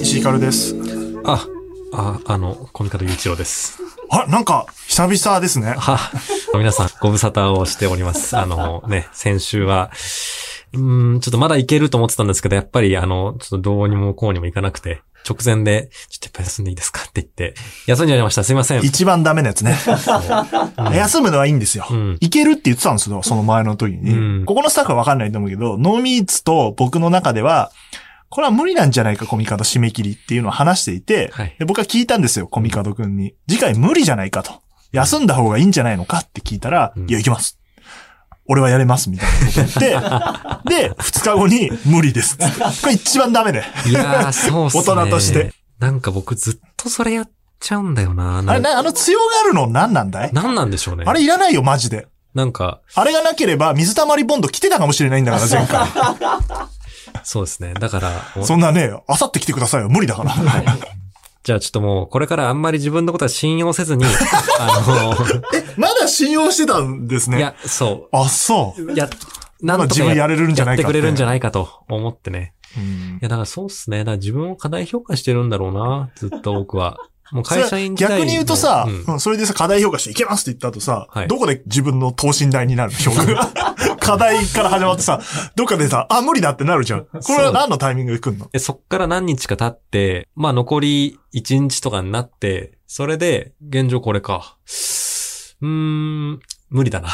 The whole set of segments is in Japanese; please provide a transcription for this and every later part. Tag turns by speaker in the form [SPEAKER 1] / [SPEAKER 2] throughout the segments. [SPEAKER 1] 石井かるです。
[SPEAKER 2] あ、あ、あの、コミカルユーチロです。
[SPEAKER 1] あ、なんか、久々ですね。
[SPEAKER 2] は、皆さん、ご無沙汰をしております。あのね、先週は、うーん、ちょっとまだいけると思ってたんですけど、やっぱり、あの、ちょっとどうにもこうにもいかなくて、直前で、ちょっとやっぱ休んでいいですかって言って、休んじゃいました。すいません。
[SPEAKER 1] 一番ダメなやつね。休むのはいいんですよ
[SPEAKER 2] う。ん。
[SPEAKER 1] いけるって言ってたんですよ、その前の時に。
[SPEAKER 2] うん
[SPEAKER 1] ここのスタッフはわかんないと思うけど、ノーミーツと僕の中では、これは無理なんじゃないか、コミカド締め切りっていうのを話していて、
[SPEAKER 2] はい。
[SPEAKER 1] で僕は聞いたんですよ、コミカド君に。次回無理じゃないかと。休んだ方がいいんじゃないのかって聞いたら、
[SPEAKER 2] うん
[SPEAKER 1] いや、行きます。俺はやれます、みたいなこと言って、で、二日後に無理ですっつって。これ一番ダメね。
[SPEAKER 2] いやー、そうっすね。
[SPEAKER 1] 大人として。
[SPEAKER 2] なんか僕ずっとそれやっちゃうんだよな。
[SPEAKER 1] あ
[SPEAKER 2] な
[SPEAKER 1] れ、なあの強がるの何なんだい
[SPEAKER 2] なんなんでしょうね。
[SPEAKER 1] あれいらないよ、マジで。
[SPEAKER 2] なんか、
[SPEAKER 1] あれがなければ、水溜りボンド来てたかもしれないんだから、前回。
[SPEAKER 2] そうですね。だから、
[SPEAKER 1] そんなね、あさって来てくださいよ。無理だから。
[SPEAKER 2] じゃあちょっともう、これからあんまり自分のことは信用せずに、あ
[SPEAKER 1] まだ信用してたんです
[SPEAKER 2] の、い
[SPEAKER 1] ね。
[SPEAKER 2] や、そう。
[SPEAKER 1] あ、そう。
[SPEAKER 2] いや、な
[SPEAKER 1] まだ
[SPEAKER 2] んと
[SPEAKER 1] 自
[SPEAKER 2] か
[SPEAKER 1] 分
[SPEAKER 2] や
[SPEAKER 1] やれるんじゃ
[SPEAKER 2] や
[SPEAKER 1] な
[SPEAKER 2] っ
[SPEAKER 1] い
[SPEAKER 2] て
[SPEAKER 1] か
[SPEAKER 2] くれるんじゃ
[SPEAKER 1] ない
[SPEAKER 2] ないかと思ってね。いや、だからそうっすね。だから自分を過大評価してるんだろうな。ずっと僕 は。もう会社員時代
[SPEAKER 1] 逆に言うとさ、
[SPEAKER 2] ん
[SPEAKER 1] うんそれでさ、課題評価していけますって言った後さ、
[SPEAKER 2] はい
[SPEAKER 1] どこで自分の等身大に なるの表現課題から始まってさ、どっかでさ、あ、無理だってなるじゃん。これは何のタイミングで来んの
[SPEAKER 2] で、そっから何日か経って、まあ残り1日とかになって、それで、現状これか。うーん、無理だな。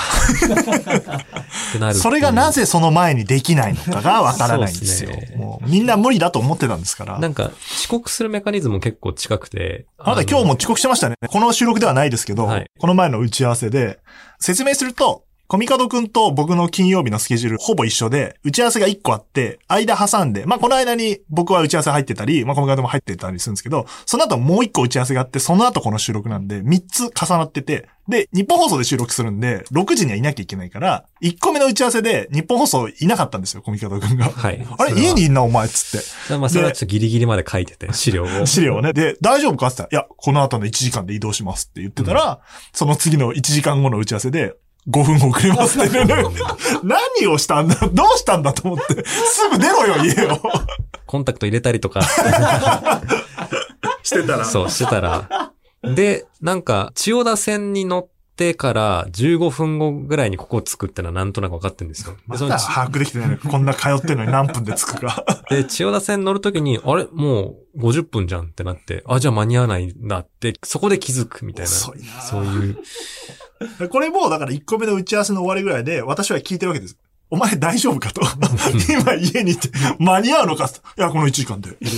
[SPEAKER 2] ってなる。
[SPEAKER 1] それがなぜその前にできないのかがわからないんですよ。
[SPEAKER 2] そうっすね
[SPEAKER 1] もうみんな無理だと思ってたんですから。
[SPEAKER 2] なんか、遅刻するメカニズムも結構近くて。
[SPEAKER 1] あなた
[SPEAKER 2] の
[SPEAKER 1] 今日も遅刻してましたね。この収録ではないですけど、
[SPEAKER 2] はい
[SPEAKER 1] この前の打ち合わせで、説明すると、コミカドくんと僕の金曜日のスケジュールほぼ一緒で、打ち合わせが1個あって、間挟んで、まあこの間に僕は打ち合わせ入ってたり、まあコミカドも入ってたりするんですけど、その後もう1個打ち合わせがあって、その後この収録なんで、3つ重なってて、で、日本放送で収録するんで、6時にはいなきゃいけないから、1個目の打ち合わせで日本放送いなかったんですよ、コミカドくんが。
[SPEAKER 2] はい。
[SPEAKER 1] あれ
[SPEAKER 2] そは
[SPEAKER 1] 家にいんなお前っつって。
[SPEAKER 2] まあそれはちょっとギリギリまで書いてて、資料 を。
[SPEAKER 1] 資料をね。で、大丈夫かって言ったら、いや、この後の1時間で移動しますって言ってたら、その次の1時間後の打ち合わせで、5分遅れますって、ね、 何をしたんだどうしたんだと思って、すぐ出ろよ、家を。
[SPEAKER 2] コンタクト入れたりとか。
[SPEAKER 1] してたら。
[SPEAKER 2] そう、してた ら。で、なんか、千代田線に乗ってから15分後ぐらいにここ着くってのはなんとなく分かってるんですよ。
[SPEAKER 1] ま
[SPEAKER 2] で、その
[SPEAKER 1] だ
[SPEAKER 2] ち
[SPEAKER 1] 把握できてないのこんな通ってんのに何分で着くか。
[SPEAKER 2] で千代田線乗るときに、あれもう50分じゃんってなって、あ、じゃあ間に合わないなって、そこで気づくみたいな。
[SPEAKER 1] 遅いな
[SPEAKER 2] そういう。
[SPEAKER 1] これも、だから1個目の打ち合わせの終わりぐらいで、私は聞いてるわけです。お前大丈夫 かと。今家に行って、間に合うのかいや、この1時間で。見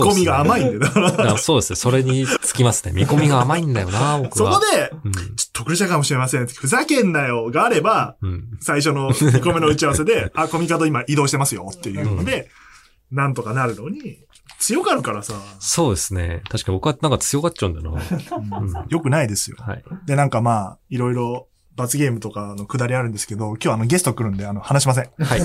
[SPEAKER 1] 込みが甘
[SPEAKER 2] い。
[SPEAKER 1] いんで、だから。
[SPEAKER 2] だからそうですね。それにつきますね。見込みが甘いんだ よな、僕
[SPEAKER 1] そ
[SPEAKER 2] は。
[SPEAKER 1] こで、
[SPEAKER 2] うん。
[SPEAKER 1] ちょっと遅れちゃうかもしれません。ふざけんなよがあれば、
[SPEAKER 2] うん。
[SPEAKER 1] 最初 の2個目の打ち合わせで、あ、コミカド今移動してますよっていうので、なんとかなるのに、強がるからさ、
[SPEAKER 2] そうですね。確かに僕はなんか強がっちゃうんだよな。うん
[SPEAKER 1] よくないですよ。
[SPEAKER 2] はい。
[SPEAKER 1] で、なんかまあ、いろいろ罰ゲームとかのくだりあるんですけど、今日あのゲスト来るんで、あの、話しません。
[SPEAKER 2] はい。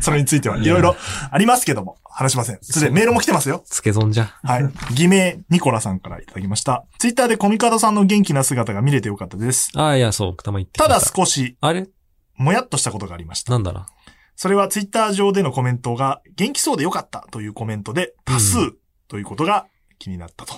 [SPEAKER 1] それについてはいろいろありますけども、話しません。それでメールも来てますよ。
[SPEAKER 2] つけ損じゃ。
[SPEAKER 1] はい。偽名、ニコラさんからいただきました。ツイッターでコミカドさんの元気な姿が見れてよかったです。
[SPEAKER 2] ああ、いや、そう、たま言ってきま
[SPEAKER 1] た
[SPEAKER 2] した
[SPEAKER 1] だ少し、
[SPEAKER 2] あれ
[SPEAKER 1] もやっとしたことがありました。
[SPEAKER 2] なんだな。
[SPEAKER 1] それはツイッター上でのコメントが、元気そうでよかったというコメントで、多
[SPEAKER 2] う
[SPEAKER 1] 数ということが気になった と。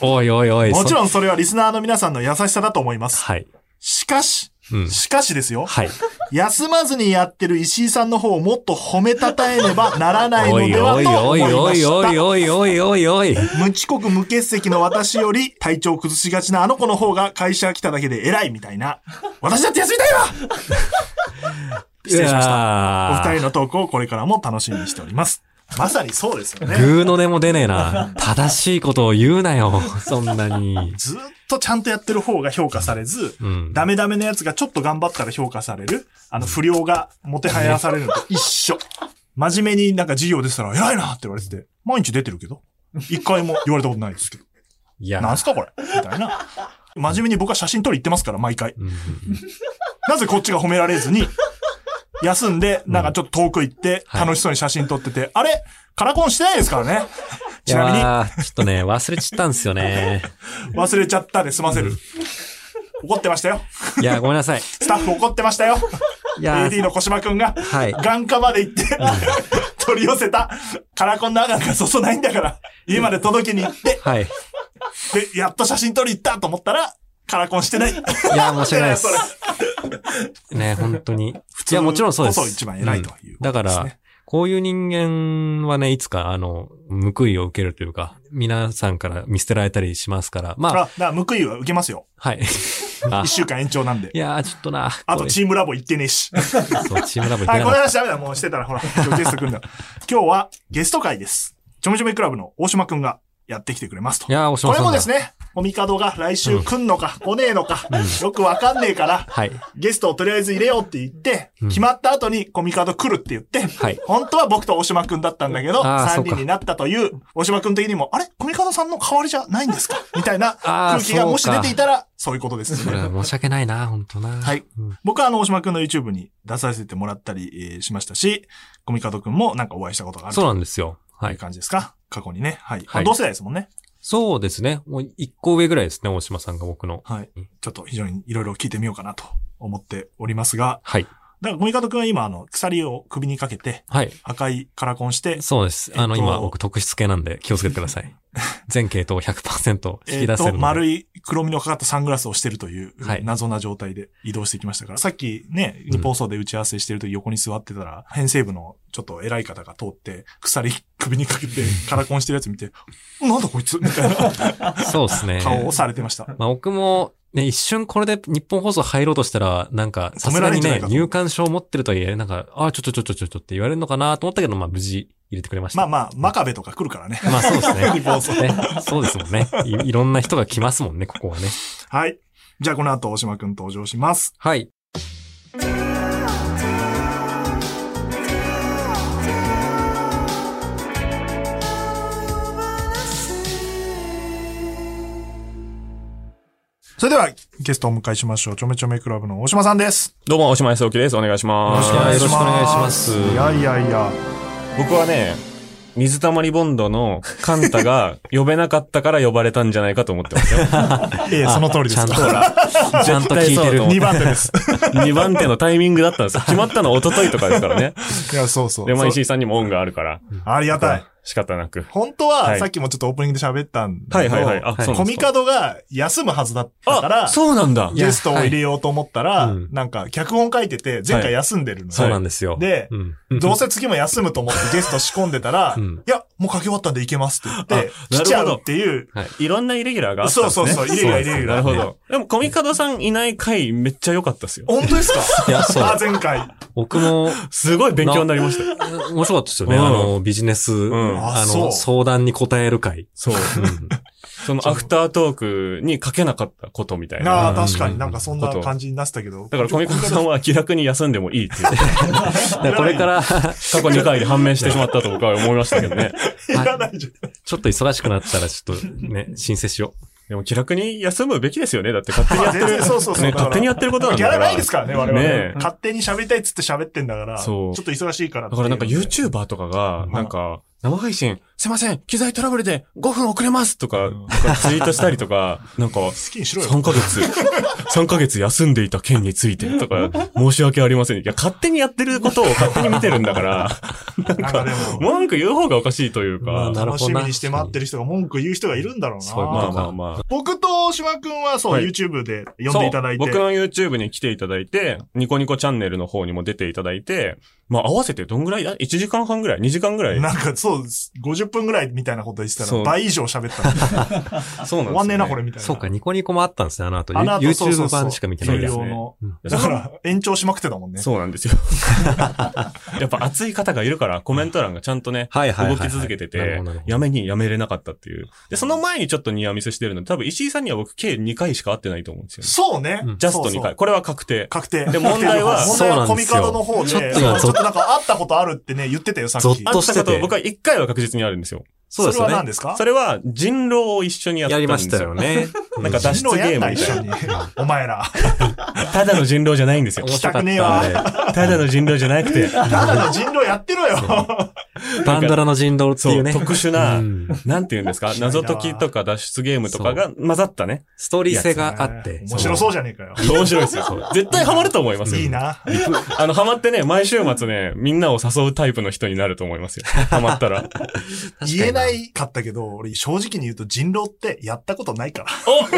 [SPEAKER 2] おいおいおい。
[SPEAKER 1] もち
[SPEAKER 2] ん。
[SPEAKER 1] ろんそれはリスナーの皆さんの優しさだと思います。
[SPEAKER 2] はい。
[SPEAKER 1] しかし、
[SPEAKER 2] うん。
[SPEAKER 1] しかしですよ。
[SPEAKER 2] はい。
[SPEAKER 1] 休まずにやってる石井さんの方をもっと褒めたたえねばならないの
[SPEAKER 2] おい
[SPEAKER 1] では
[SPEAKER 2] おい
[SPEAKER 1] と
[SPEAKER 2] お
[SPEAKER 1] 思い
[SPEAKER 2] いお
[SPEAKER 1] ま
[SPEAKER 2] いお
[SPEAKER 1] し
[SPEAKER 2] い
[SPEAKER 1] た。
[SPEAKER 2] おいおいおいおい。
[SPEAKER 1] 無遅刻無欠席の私より体調崩しがちなあの子の方が会社来ただけで偉いみたい な。私だって休みたいわ失礼しましたお
[SPEAKER 2] た
[SPEAKER 1] 二人のトークをこれからも楽しみにしております。まさにそうですよね。
[SPEAKER 2] グーの音も出ねえな。正しいことを言うなよ。そんなに。
[SPEAKER 1] ずっとちゃんとやってる方が評価されず、
[SPEAKER 2] うん。
[SPEAKER 1] ダメダメなやつがちょっと頑張ったら評価される、あの不良がもてはやされるのと一緒。真面目になんか授業でしたら偉いなって言われてて、毎日出てるけど、一回も言われたことないですけど、
[SPEAKER 2] い
[SPEAKER 1] な
[SPEAKER 2] や
[SPEAKER 1] ん。すかこれみたいな。真面目に僕は写真撮り行ってますから、毎回。
[SPEAKER 2] うん
[SPEAKER 1] なぜこっちが褒められずに、休んで、なんかちょっと遠く行って、
[SPEAKER 2] はい
[SPEAKER 1] 楽しそうに写真撮ってて、あれカラコンしてないですからね。ちなみに
[SPEAKER 2] いやーちょっとね、忘れちったんですよね。
[SPEAKER 1] 忘れちゃったで済ませる。怒ってましたよ。
[SPEAKER 2] いや、ごめんなさい。
[SPEAKER 1] スタッフ怒ってましたよ。
[SPEAKER 2] いや
[SPEAKER 1] AD
[SPEAKER 2] ー、
[SPEAKER 1] の小島くんが、
[SPEAKER 2] はい。
[SPEAKER 1] 眼科まで行って、 取り寄せた、カラコンの赤がそそないんだから、家まで届けに行って、
[SPEAKER 2] はい。い
[SPEAKER 1] で、やっと写真撮り行ったと思ったら、カラコンしてない。
[SPEAKER 2] やー、申し訳ないで
[SPEAKER 1] それ
[SPEAKER 2] す。 ね、本当に。
[SPEAKER 1] 普
[SPEAKER 2] いや、もちろんそうです。
[SPEAKER 1] こそ一番偉いという
[SPEAKER 2] だか
[SPEAKER 1] です
[SPEAKER 2] ら
[SPEAKER 1] ね、
[SPEAKER 2] こういう人間はね、いつか、あの、報いを受けるというか、皆さんから見捨てられたりしますから、まあ、
[SPEAKER 1] あ、だから報いは受けますよ。
[SPEAKER 2] はい。 あ
[SPEAKER 1] 一週間延長なんで
[SPEAKER 2] い。やー、ちょっとな。
[SPEAKER 1] あと、
[SPEAKER 2] こう
[SPEAKER 1] チームラボ行ってねえし。
[SPEAKER 2] そう、チームラボ行
[SPEAKER 1] はい、
[SPEAKER 2] けな
[SPEAKER 1] こ
[SPEAKER 2] か
[SPEAKER 1] の
[SPEAKER 2] っ
[SPEAKER 1] 話ダメだ。もうしてたら、ほら、今日ゲスト来るんだ。 今日はゲスト会です。ちょめちょめクラブの大島くんがやってきてくれますと
[SPEAKER 2] た。い。やー、おしま
[SPEAKER 1] これも
[SPEAKER 2] さん
[SPEAKER 1] で
[SPEAKER 2] だ
[SPEAKER 1] す。ね、コミカドが来週来んのか、来ねえのか、よくわかんねえから、
[SPEAKER 2] はい。
[SPEAKER 1] ゲストをとりあえず入れようって言って、決まった後にコミカド来るって言って、
[SPEAKER 2] はい
[SPEAKER 1] 本当は僕と大島くんだったんだけど、
[SPEAKER 2] あー
[SPEAKER 1] 3
[SPEAKER 2] そう
[SPEAKER 1] 人
[SPEAKER 2] か
[SPEAKER 1] になったという、大島くん的にも、あれコミカドさんの代わりじゃないんですかみたいな
[SPEAKER 2] あー
[SPEAKER 1] 空気がもし
[SPEAKER 2] そう
[SPEAKER 1] 出
[SPEAKER 2] か
[SPEAKER 1] ていたら、そういうことです
[SPEAKER 2] これ
[SPEAKER 1] ね。
[SPEAKER 2] は申し訳ないな、本当な。
[SPEAKER 1] は。
[SPEAKER 2] はい
[SPEAKER 1] 僕はあの、大島くんの YouTube に出させてもらったりえーしましたし、コミカドくんもなんかお会いしたことがある
[SPEAKER 2] そう
[SPEAKER 1] と
[SPEAKER 2] なんですよ。はい
[SPEAKER 1] いう。感じですか過去にね。はい。
[SPEAKER 2] はい
[SPEAKER 1] 同世代ですもんね。
[SPEAKER 2] そうですね。もう一個上ぐらいですね、大島さんが僕の。
[SPEAKER 1] はい。ちょっと非常にいろいろ聞いてみようかなと思っておりますが、
[SPEAKER 2] はい。
[SPEAKER 1] だからコミカドくんは今あの、鎖を首にかけて、
[SPEAKER 2] はい。
[SPEAKER 1] 赤いカラコンして、
[SPEAKER 2] そうです。あの、
[SPEAKER 1] えっと
[SPEAKER 2] 今、僕、特質系なんで気をつけてくだ さい。全系統100%引き
[SPEAKER 1] え
[SPEAKER 2] 出
[SPEAKER 1] っ
[SPEAKER 2] せ
[SPEAKER 1] と、
[SPEAKER 2] るので。
[SPEAKER 1] 丸い黒みのかかったサングラスをしてるという
[SPEAKER 2] はい
[SPEAKER 1] 謎な状態で移動してきましたから、さっきね、日本放送で打ち合わせしてると横に座ってたら、編成部のちょっと偉い方が通って、鎖首にかけてカラコンしてるやつ見て、 なんだこいつみたいな
[SPEAKER 2] そうですね。
[SPEAKER 1] 顔をされてました。
[SPEAKER 2] まあ、僕も、ね、一瞬これで日本放送入ろうとしたら、なんか、さ
[SPEAKER 1] 止め
[SPEAKER 2] す
[SPEAKER 1] られるん
[SPEAKER 2] がに
[SPEAKER 1] じゃない
[SPEAKER 2] ね
[SPEAKER 1] か、と
[SPEAKER 2] 入館証持ってるとはいえ、なんか、あ、ちょちょちょちょちょちょって言われるのかなと思ったけど、まあ、無事入れてくれました。
[SPEAKER 1] まあまあ、真壁とか来る からね。
[SPEAKER 2] まあそうですね。
[SPEAKER 1] 日本放送
[SPEAKER 2] ねそうですもんねい。いろんな人が来ますもんね、ここはね。
[SPEAKER 1] はい。じゃあこの後、大島くん登場します。
[SPEAKER 2] はい。
[SPEAKER 1] それでは、ゲストをお迎えしましょう。ちょめちょめクラブの大島さんです。
[SPEAKER 3] どうも、おしまいそうきです。お願いします。
[SPEAKER 2] よろしくお願いします
[SPEAKER 1] いやいやいや。
[SPEAKER 3] 僕はね、水溜りボンドのカンタが呼べなかったから呼ばれたんじゃないかと思って ますよ。
[SPEAKER 1] ええ、その通りです。
[SPEAKER 2] ちゃんと、 ちゃんと聞いてる。
[SPEAKER 1] 2番手です。
[SPEAKER 3] 2番手のタイミングだったんですよ。決まったの一昨日とかですからね。
[SPEAKER 1] いや、そうそう。
[SPEAKER 3] で、まあ
[SPEAKER 1] そう
[SPEAKER 3] 石井さんにも恩があるから。
[SPEAKER 1] ありがたい。
[SPEAKER 3] 仕方なく。
[SPEAKER 1] 本当
[SPEAKER 3] は
[SPEAKER 1] はいさっきもちょっとオープニングで喋ったんだ
[SPEAKER 3] は
[SPEAKER 1] け
[SPEAKER 3] い
[SPEAKER 1] ど、
[SPEAKER 3] はいはい。あ、そうな
[SPEAKER 1] コ
[SPEAKER 3] ん
[SPEAKER 1] ミ
[SPEAKER 3] ですか。
[SPEAKER 1] カドが休むはずだったから、
[SPEAKER 3] そうなんだ。
[SPEAKER 1] ゲストを入れようと思ったら、
[SPEAKER 2] いやはい
[SPEAKER 1] なんか脚本書いてて前回休んでるのよ
[SPEAKER 2] そうなんですよ。
[SPEAKER 1] で
[SPEAKER 2] うん。
[SPEAKER 1] どうせ次も休むと思ってゲスト仕込んでたら、
[SPEAKER 2] うん
[SPEAKER 1] いや、もう書き終わったんでいけますって言って、
[SPEAKER 3] あなるほど
[SPEAKER 1] 来ちゃうっていう、
[SPEAKER 3] いろんなイレギュラーがあったん
[SPEAKER 1] そう
[SPEAKER 3] です
[SPEAKER 1] そ
[SPEAKER 3] ね。
[SPEAKER 1] うそう、イレギュラーイレギュ
[SPEAKER 3] な
[SPEAKER 1] ラー。
[SPEAKER 3] るほど。でも、コミカドさんいない回めっちゃ良かったですよ。
[SPEAKER 1] 本当ですか
[SPEAKER 2] いや、そう。
[SPEAKER 1] あ、前回。
[SPEAKER 2] 僕も、
[SPEAKER 3] すごい勉強になりましたよ。
[SPEAKER 2] 面白かったですよね。
[SPEAKER 3] うん
[SPEAKER 2] あの、ビジネス、
[SPEAKER 3] ん
[SPEAKER 1] あ
[SPEAKER 2] あ
[SPEAKER 1] そう
[SPEAKER 2] の、相談に答える会。
[SPEAKER 3] そう。そのアフタートークに書けなかったことみたいな。
[SPEAKER 1] なあ、
[SPEAKER 2] うん
[SPEAKER 1] 確かになんかそんな感じになってたけど。
[SPEAKER 3] だからコミカドさんは気楽に休んでもいいっていう、
[SPEAKER 2] だからこれから、ち
[SPEAKER 3] 過去2回 で判明してしまったと僕は思いましたけどね。
[SPEAKER 1] いらないじゃん。
[SPEAKER 2] ょっと忙しくなったら、ちょっとね、申請しよ
[SPEAKER 3] でも気楽に休むべきですよね。だって勝手にやって
[SPEAKER 1] 全然
[SPEAKER 3] る。
[SPEAKER 1] そう そうそう。
[SPEAKER 3] ね、
[SPEAKER 1] だから
[SPEAKER 3] 勝手にやってることなん
[SPEAKER 1] ギ
[SPEAKER 3] だ
[SPEAKER 1] ャ
[SPEAKER 3] か
[SPEAKER 1] ラ
[SPEAKER 3] ら。
[SPEAKER 1] ないですからね、我々。
[SPEAKER 3] ねえ
[SPEAKER 1] 勝手に喋りたいっつって喋ってんだから、ちょっ
[SPEAKER 3] そう
[SPEAKER 1] と忙しいからって
[SPEAKER 3] だ
[SPEAKER 1] いう
[SPEAKER 3] か
[SPEAKER 1] の
[SPEAKER 3] ら
[SPEAKER 1] で。
[SPEAKER 3] なんか YouTuber とかが、なんか、生配信、すいません、機材トラブルで5分遅れますとか、なんかツイートしたり とか、なんか、
[SPEAKER 1] 好きにしろよ。
[SPEAKER 3] 3ヶ月、3ヶ月休んでいた件についてとか、申し訳ありません。いや、勝手にやってることを勝手に見てるん だから、
[SPEAKER 1] なんかでも、
[SPEAKER 3] 文句言う方がおかしいという
[SPEAKER 2] ま
[SPEAKER 3] か
[SPEAKER 2] あ。な
[SPEAKER 1] 楽
[SPEAKER 2] るほど
[SPEAKER 1] し
[SPEAKER 2] な
[SPEAKER 1] みにして待ってる人が文句言う人がいるんだろう
[SPEAKER 2] そう
[SPEAKER 3] ま
[SPEAKER 1] な。
[SPEAKER 3] あまあまあ。
[SPEAKER 1] 僕と大島くんはそう、
[SPEAKER 3] はい
[SPEAKER 1] YouTube で呼んでいただい
[SPEAKER 3] そう僕
[SPEAKER 1] て、
[SPEAKER 3] の YouTube に来ていただいて、ニコニコチャンネルの方にも出ていただいて、まあ合わせてどんぐらいあ ?1 時間半ぐらい ?2 時間ぐらい
[SPEAKER 1] なんかそう、50分ぐらいみたいなこと言ってた
[SPEAKER 3] そ
[SPEAKER 1] ら、
[SPEAKER 3] う
[SPEAKER 1] 倍以上喋 ったんで。
[SPEAKER 3] そうなんですよ、ね。
[SPEAKER 1] 終わんねえな、これ、みた
[SPEAKER 2] う。
[SPEAKER 1] いな。
[SPEAKER 2] そうか、ニコニコもあったんですね、あの後。
[SPEAKER 1] あの後
[SPEAKER 2] YouTube 版しか見てない
[SPEAKER 1] 有
[SPEAKER 2] で
[SPEAKER 3] そ
[SPEAKER 2] す
[SPEAKER 3] うそ
[SPEAKER 1] 料
[SPEAKER 3] うそう
[SPEAKER 2] ね。
[SPEAKER 1] の。
[SPEAKER 2] うん
[SPEAKER 1] だから、延長しまくってたもんね。
[SPEAKER 3] そうなんですよ。 やっぱ熱い方がいるから、コメント欄がちゃんとね、
[SPEAKER 2] はいはいはいはい
[SPEAKER 3] 動き続けて
[SPEAKER 2] なる
[SPEAKER 3] て
[SPEAKER 2] ほどなるほ、ど
[SPEAKER 3] やめにやめれなかったっていう。で、その前にちょっとニアミスしてるので、多分石井さんには僕計2回しか会ってないと思うんですよ、ね。
[SPEAKER 1] そうね
[SPEAKER 2] うん。
[SPEAKER 3] ジャスト2回。
[SPEAKER 1] そうそう
[SPEAKER 3] これは確定。
[SPEAKER 1] 確定。
[SPEAKER 3] で問題は
[SPEAKER 1] 確定 の方問題はコ
[SPEAKER 2] そうなん
[SPEAKER 1] ミ
[SPEAKER 2] ですよ
[SPEAKER 1] カドの方で、ち
[SPEAKER 2] ち
[SPEAKER 1] ょ
[SPEAKER 2] ょ
[SPEAKER 1] っと
[SPEAKER 2] っと
[SPEAKER 1] な
[SPEAKER 2] 今
[SPEAKER 1] ん
[SPEAKER 2] ゾッ
[SPEAKER 1] か会ったことあるってね、言ってたよ、さっ
[SPEAKER 2] ゾ
[SPEAKER 1] き
[SPEAKER 2] ッ。
[SPEAKER 3] あ
[SPEAKER 2] と
[SPEAKER 3] っ
[SPEAKER 2] して
[SPEAKER 3] た
[SPEAKER 2] て
[SPEAKER 3] こと僕は1回は確実にあるんですよ。
[SPEAKER 2] そうです
[SPEAKER 1] れは
[SPEAKER 2] よ
[SPEAKER 1] 何
[SPEAKER 2] ね。
[SPEAKER 1] ですか
[SPEAKER 3] それは人狼を一緒にやった
[SPEAKER 2] や
[SPEAKER 3] んで
[SPEAKER 2] り
[SPEAKER 3] すよ。
[SPEAKER 2] ましたよね。
[SPEAKER 3] なんか脱出
[SPEAKER 1] 人狼
[SPEAKER 3] ゲ
[SPEAKER 1] や
[SPEAKER 3] ー
[SPEAKER 1] んない
[SPEAKER 3] ムみ
[SPEAKER 1] 一
[SPEAKER 3] たい
[SPEAKER 1] 緒
[SPEAKER 3] な。
[SPEAKER 1] に。お前ら。
[SPEAKER 3] ただの人狼じゃないんですよ
[SPEAKER 2] 面。白かったん
[SPEAKER 1] 聞きたく
[SPEAKER 2] で。
[SPEAKER 3] ただの人狼じゃなくて。
[SPEAKER 1] ただの人狼やってろよ。
[SPEAKER 2] パンドラの人道って
[SPEAKER 3] そ
[SPEAKER 2] いう
[SPEAKER 3] う、
[SPEAKER 2] ね。
[SPEAKER 3] 特殊な、
[SPEAKER 2] うん
[SPEAKER 3] なんて言うんですか
[SPEAKER 1] 知らんな
[SPEAKER 3] 謎解きとか脱出ゲームとかが混ざったね。
[SPEAKER 2] ストーリー性があって。
[SPEAKER 1] 面白そうじゃねえかよ。
[SPEAKER 3] 面白いですよ。絶対ハマると思いますよ。
[SPEAKER 1] いいな。
[SPEAKER 3] あの、ハマってね、毎週末ね、みんなを誘うタイプの人になると思いますよ。ハマったら。
[SPEAKER 1] 言えな。いかったけど、俺正直に言うと人狼ってやったことないから。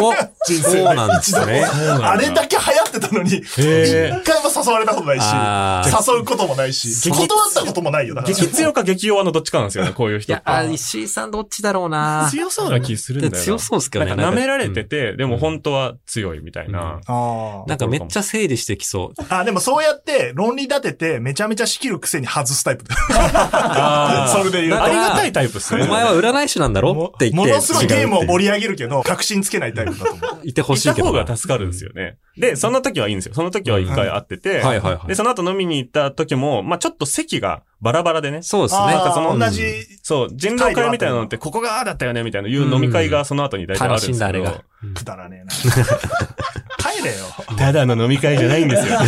[SPEAKER 2] お
[SPEAKER 1] 人生
[SPEAKER 2] そうなんですね。
[SPEAKER 1] あれだけ流行ってたのに、一
[SPEAKER 3] へー
[SPEAKER 1] 回も誘われたことないし、
[SPEAKER 2] あー
[SPEAKER 1] 誘うこともないし、
[SPEAKER 3] 激
[SPEAKER 1] 断ったこともないよ。だから
[SPEAKER 3] 激強か激弱のどっちかなんですよね、こういう
[SPEAKER 2] い
[SPEAKER 3] 人っ
[SPEAKER 2] や
[SPEAKER 3] て、。
[SPEAKER 2] あ石井さんどっちだろうな。
[SPEAKER 3] 強そうな気するんだよな。
[SPEAKER 2] 強そうですけどね。
[SPEAKER 3] なんか舐められて
[SPEAKER 2] うん
[SPEAKER 3] て、でも本当は強いみたいな。
[SPEAKER 1] あ
[SPEAKER 2] なんかめっちゃ整理してき そう。
[SPEAKER 1] ーあ、でもそうやって論理立ててめちゃめちゃ仕切るくせに外すタイプだ。
[SPEAKER 3] あ ー
[SPEAKER 1] それで言うと
[SPEAKER 3] ありがたいタイプっす
[SPEAKER 2] お
[SPEAKER 3] ね。
[SPEAKER 2] 前は占い師なんだろって言っ
[SPEAKER 1] も
[SPEAKER 2] て。
[SPEAKER 1] のすごいゲームを
[SPEAKER 2] り
[SPEAKER 1] 盛り上げるけど、確信つけないタイプだと思う。
[SPEAKER 2] いてほ
[SPEAKER 3] い
[SPEAKER 2] しい
[SPEAKER 3] た
[SPEAKER 2] けど
[SPEAKER 3] 方
[SPEAKER 2] な。
[SPEAKER 3] が助かるんですよね。で、その時はいいんですよ。その時は一回会ってて、
[SPEAKER 2] はいはいはい
[SPEAKER 3] で、。その後飲みに行った時も、まあちょっと席がバラバラでね、
[SPEAKER 2] そうですね。
[SPEAKER 1] あ
[SPEAKER 3] か
[SPEAKER 1] ー
[SPEAKER 3] その
[SPEAKER 1] 同じ、
[SPEAKER 3] そう、人狼会みたいなのって、ここがああだったよね、みたいな、いう飲み会がその後に大体あるん
[SPEAKER 2] 楽
[SPEAKER 3] ですけ
[SPEAKER 2] し
[SPEAKER 3] ど。
[SPEAKER 2] んだあれが。
[SPEAKER 1] くだらねえな。帰れよ。
[SPEAKER 3] ただの飲み会じゃないんですよ。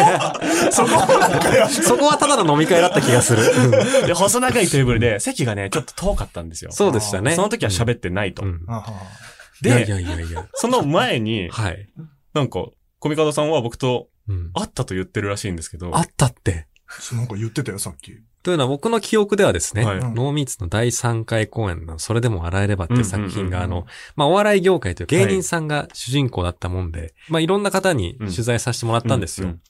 [SPEAKER 1] そこもなんかよ
[SPEAKER 2] そこはただの飲み会だった気がする。うん
[SPEAKER 3] で、細長いテーブルで、席がね、ちょっと遠かったんですよ。
[SPEAKER 2] そうでしたね。
[SPEAKER 3] その時は喋ってないと。
[SPEAKER 2] うん。うんいやい
[SPEAKER 3] で、
[SPEAKER 2] やいやいや。
[SPEAKER 3] その前に、
[SPEAKER 2] はい。
[SPEAKER 3] なんか、コミカドさんは僕と
[SPEAKER 2] うん
[SPEAKER 3] 会ったと言ってるらしいんですけど、
[SPEAKER 2] あったって。
[SPEAKER 1] なんか言ってたよ、さっき。
[SPEAKER 2] というのは僕の記憶ではですね、
[SPEAKER 3] はい
[SPEAKER 2] ノーミーツの第3回公演のそれでも洗えればっていう作品が、
[SPEAKER 1] うんうんうん
[SPEAKER 2] あの、まあ、お笑い業界という芸人さんが主人公だったもんで、まあ、いろんな方に取材させてもらったんですよ。
[SPEAKER 3] うんうん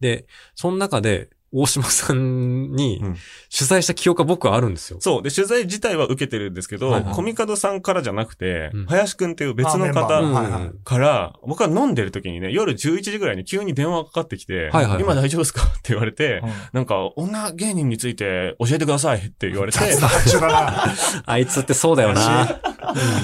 [SPEAKER 2] で、その中で、大島さんに
[SPEAKER 3] うん
[SPEAKER 2] 取材した記憶が僕はあるんですよ。
[SPEAKER 3] そう。で、取材自体は受けてるんですけど、
[SPEAKER 2] はいはい
[SPEAKER 3] コミカドさんからじゃなくて、
[SPEAKER 2] うん
[SPEAKER 3] 林くんっていう別の
[SPEAKER 1] あメンバー
[SPEAKER 3] 方
[SPEAKER 1] のはい
[SPEAKER 2] うん
[SPEAKER 3] から、僕は飲んでる時にね、夜11時ぐらいに急に電話がかかってきて、
[SPEAKER 2] はいはいはい
[SPEAKER 3] 今大丈夫ですかって言われて、なんか、女芸人について教えてくださいって言わ れて、
[SPEAKER 1] 雑だな。
[SPEAKER 2] あいつってそうだよな。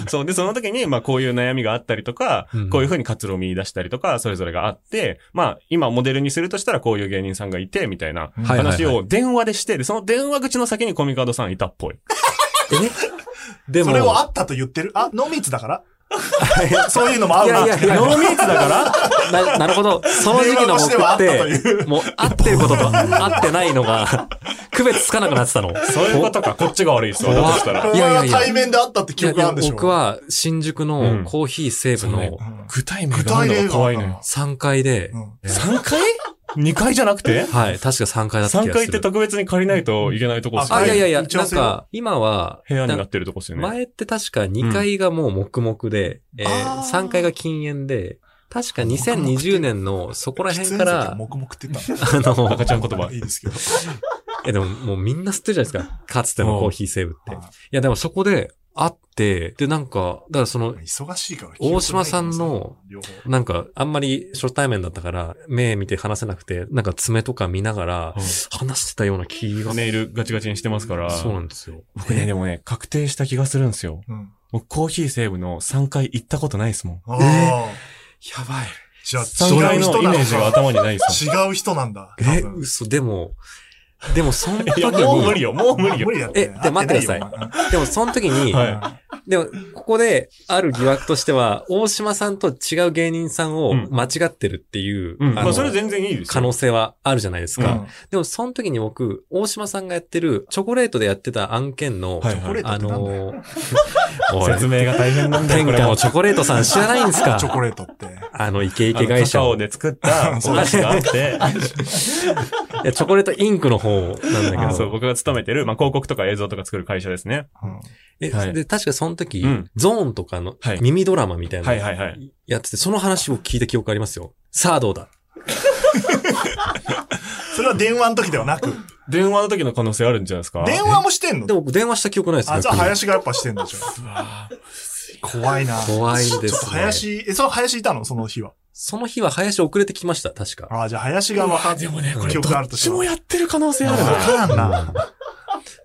[SPEAKER 3] そう。で、その時に、まあ、こういう悩みがあったりとか、
[SPEAKER 2] うん
[SPEAKER 3] こういうふうに活路を見出したりとか、それぞれがあって、まあ、今モデルにするとしたら、こういう芸人さんがいて、みたいな
[SPEAKER 1] うん
[SPEAKER 2] はいはいはい
[SPEAKER 3] 話を電話でして、で、その電話口の先にコミカドさんいたっぽい。
[SPEAKER 2] でも、
[SPEAKER 1] それをあったと言ってるあ、ノーミーツだから そういうのも合うな。
[SPEAKER 2] いやいやいや
[SPEAKER 3] ノーミーツだから
[SPEAKER 2] ななるほど。その時期の僕
[SPEAKER 1] 電話越しで
[SPEAKER 2] っ
[SPEAKER 1] はあったとい
[SPEAKER 2] て、もう合ってることと合ってないのが、 区別つかなくなってたの。
[SPEAKER 3] そういうことか、こっちが悪いっすわ、だとしたら。
[SPEAKER 1] お
[SPEAKER 2] いや
[SPEAKER 1] 前
[SPEAKER 2] いや
[SPEAKER 1] はい
[SPEAKER 2] や
[SPEAKER 1] 対面で会ったって
[SPEAKER 2] い
[SPEAKER 1] 記
[SPEAKER 2] や
[SPEAKER 1] 憶
[SPEAKER 2] い
[SPEAKER 1] があ
[SPEAKER 2] や
[SPEAKER 1] るんでしょ
[SPEAKER 2] 僕、は新宿
[SPEAKER 3] うん
[SPEAKER 2] のコーヒー西部
[SPEAKER 3] そうね
[SPEAKER 2] の
[SPEAKER 1] うん
[SPEAKER 3] 具体名
[SPEAKER 1] 具
[SPEAKER 3] があ
[SPEAKER 1] 体
[SPEAKER 3] る
[SPEAKER 1] 例
[SPEAKER 3] のが
[SPEAKER 1] が
[SPEAKER 3] 怖
[SPEAKER 1] わ
[SPEAKER 3] い
[SPEAKER 1] かん
[SPEAKER 3] ね
[SPEAKER 1] な。
[SPEAKER 2] 3階で、
[SPEAKER 3] 3回 ?2 回じゃなく
[SPEAKER 2] は
[SPEAKER 3] て
[SPEAKER 2] い、確か3階だった気
[SPEAKER 3] ?3
[SPEAKER 2] がす
[SPEAKER 3] 回
[SPEAKER 2] る。
[SPEAKER 3] って特別に借りないといけないとこっす
[SPEAKER 1] あ
[SPEAKER 2] あ、いやい
[SPEAKER 3] ね。
[SPEAKER 2] やいや、
[SPEAKER 1] 一応
[SPEAKER 2] なんか、今は、
[SPEAKER 3] 部屋にな
[SPEAKER 2] な
[SPEAKER 3] ってるとこっすよね。
[SPEAKER 2] 前って確か2階がもう黙々で、え
[SPEAKER 1] あー
[SPEAKER 2] 3階が禁煙で、確か2020年のそこら辺か
[SPEAKER 1] 喫煙席は
[SPEAKER 2] ら、
[SPEAKER 1] 黙々って言っ
[SPEAKER 2] あの、
[SPEAKER 3] 赤ちゃん言
[SPEAKER 1] たの
[SPEAKER 3] 葉
[SPEAKER 1] い。いですけど。
[SPEAKER 2] え、でももうみんな吸ってるじゃない ですか。かつてのコーヒーセーブって。い
[SPEAKER 1] はい
[SPEAKER 2] や、でもそこで会って、で、なんか、だからその、
[SPEAKER 1] 忙しいから。
[SPEAKER 2] 大島さんの
[SPEAKER 1] 両方、
[SPEAKER 2] なんか、あんまり初対面だったから、目見て話せなくて、なんか爪とか見ながら、話してたような気が
[SPEAKER 3] ネイルガチガチにしてますから。
[SPEAKER 2] そうなんですよ。
[SPEAKER 3] 僕ね、でもね、確定した気がするんですよ。
[SPEAKER 1] うん。
[SPEAKER 3] 僕、コーヒーセーブの3回行ったことないですもん。
[SPEAKER 1] ああ。
[SPEAKER 2] やばい。
[SPEAKER 1] じゃあ、
[SPEAKER 3] 3
[SPEAKER 1] 違
[SPEAKER 3] 回
[SPEAKER 1] う
[SPEAKER 3] の
[SPEAKER 1] 人
[SPEAKER 3] イ
[SPEAKER 1] な
[SPEAKER 3] メージが
[SPEAKER 1] のか。
[SPEAKER 3] 頭にないです
[SPEAKER 1] 違う人なんだ。多
[SPEAKER 2] え、
[SPEAKER 1] 分
[SPEAKER 2] 嘘、でも、でもその時
[SPEAKER 3] い
[SPEAKER 2] に
[SPEAKER 3] や、、もう無理よ、もう無理よ
[SPEAKER 1] 無。理だって。
[SPEAKER 2] え、で、待ってください
[SPEAKER 1] 会なよ。
[SPEAKER 2] でもその時に、
[SPEAKER 3] はい
[SPEAKER 2] でも、ここで、ある疑惑としては、大島さんと違う芸人さんを
[SPEAKER 3] うん
[SPEAKER 2] 間違ってるっていう、
[SPEAKER 3] うん。
[SPEAKER 2] あ
[SPEAKER 3] ま
[SPEAKER 2] の
[SPEAKER 3] あ、それ全然いいです
[SPEAKER 2] 可能
[SPEAKER 3] よ。
[SPEAKER 2] 性はあるじゃないです
[SPEAKER 1] お前
[SPEAKER 2] か。
[SPEAKER 1] うん
[SPEAKER 2] でも、その時に僕、大島さんがやってる、チョコレートでやってた案件の、
[SPEAKER 3] はい
[SPEAKER 1] チョコレートっ
[SPEAKER 2] あ
[SPEAKER 1] てなんだよ
[SPEAKER 2] のー、 おい
[SPEAKER 3] 説明が大変なんだよ、
[SPEAKER 2] 天
[SPEAKER 3] これ
[SPEAKER 2] 下
[SPEAKER 3] も
[SPEAKER 2] の。チョコレートさん知らないんですか
[SPEAKER 1] チョコレートって。
[SPEAKER 2] あの、イケイ
[SPEAKER 3] あ
[SPEAKER 2] ケ
[SPEAKER 3] の
[SPEAKER 2] 会
[SPEAKER 3] カ
[SPEAKER 2] 社
[SPEAKER 3] カ
[SPEAKER 2] を
[SPEAKER 3] オ。で作った お菓子があって、
[SPEAKER 2] いやチョコレートインクの方なんだ
[SPEAKER 3] あ
[SPEAKER 2] け
[SPEAKER 3] そう、
[SPEAKER 2] ど。
[SPEAKER 3] 僕が勤めてる、まあ、広告とか映像とか作る会社ですね。
[SPEAKER 1] うん
[SPEAKER 2] え
[SPEAKER 3] はい
[SPEAKER 2] で、確かその時
[SPEAKER 3] うん、
[SPEAKER 2] ゾーンとかの
[SPEAKER 3] はい
[SPEAKER 2] 耳ドラマみたいな
[SPEAKER 3] はい
[SPEAKER 2] の
[SPEAKER 3] はいはい。
[SPEAKER 2] やってて、その話を聞いた記憶ありますよ。さあどうだ
[SPEAKER 1] それは電話の時ではなく、
[SPEAKER 3] 電話の時の可能性あるんじゃないですか
[SPEAKER 1] 電話もしてんの
[SPEAKER 2] でも僕電話した記憶ないです
[SPEAKER 1] あ、じゃあ
[SPEAKER 2] 逆に
[SPEAKER 1] 林がやっぱしてんでしょ。怖いな。
[SPEAKER 2] 怖いですね
[SPEAKER 1] ちょっと林、え、その林いたのその日は。
[SPEAKER 2] その日は林遅れてきました、確か。
[SPEAKER 1] ああ、じゃあ林がわか
[SPEAKER 3] でもね、
[SPEAKER 2] こ
[SPEAKER 3] こ
[SPEAKER 2] れ
[SPEAKER 1] 記
[SPEAKER 3] れ、ど
[SPEAKER 1] 憶がある
[SPEAKER 3] っ
[SPEAKER 1] と
[SPEAKER 3] ちもやってる可能性ある
[SPEAKER 1] わ
[SPEAKER 3] な。
[SPEAKER 1] からんな。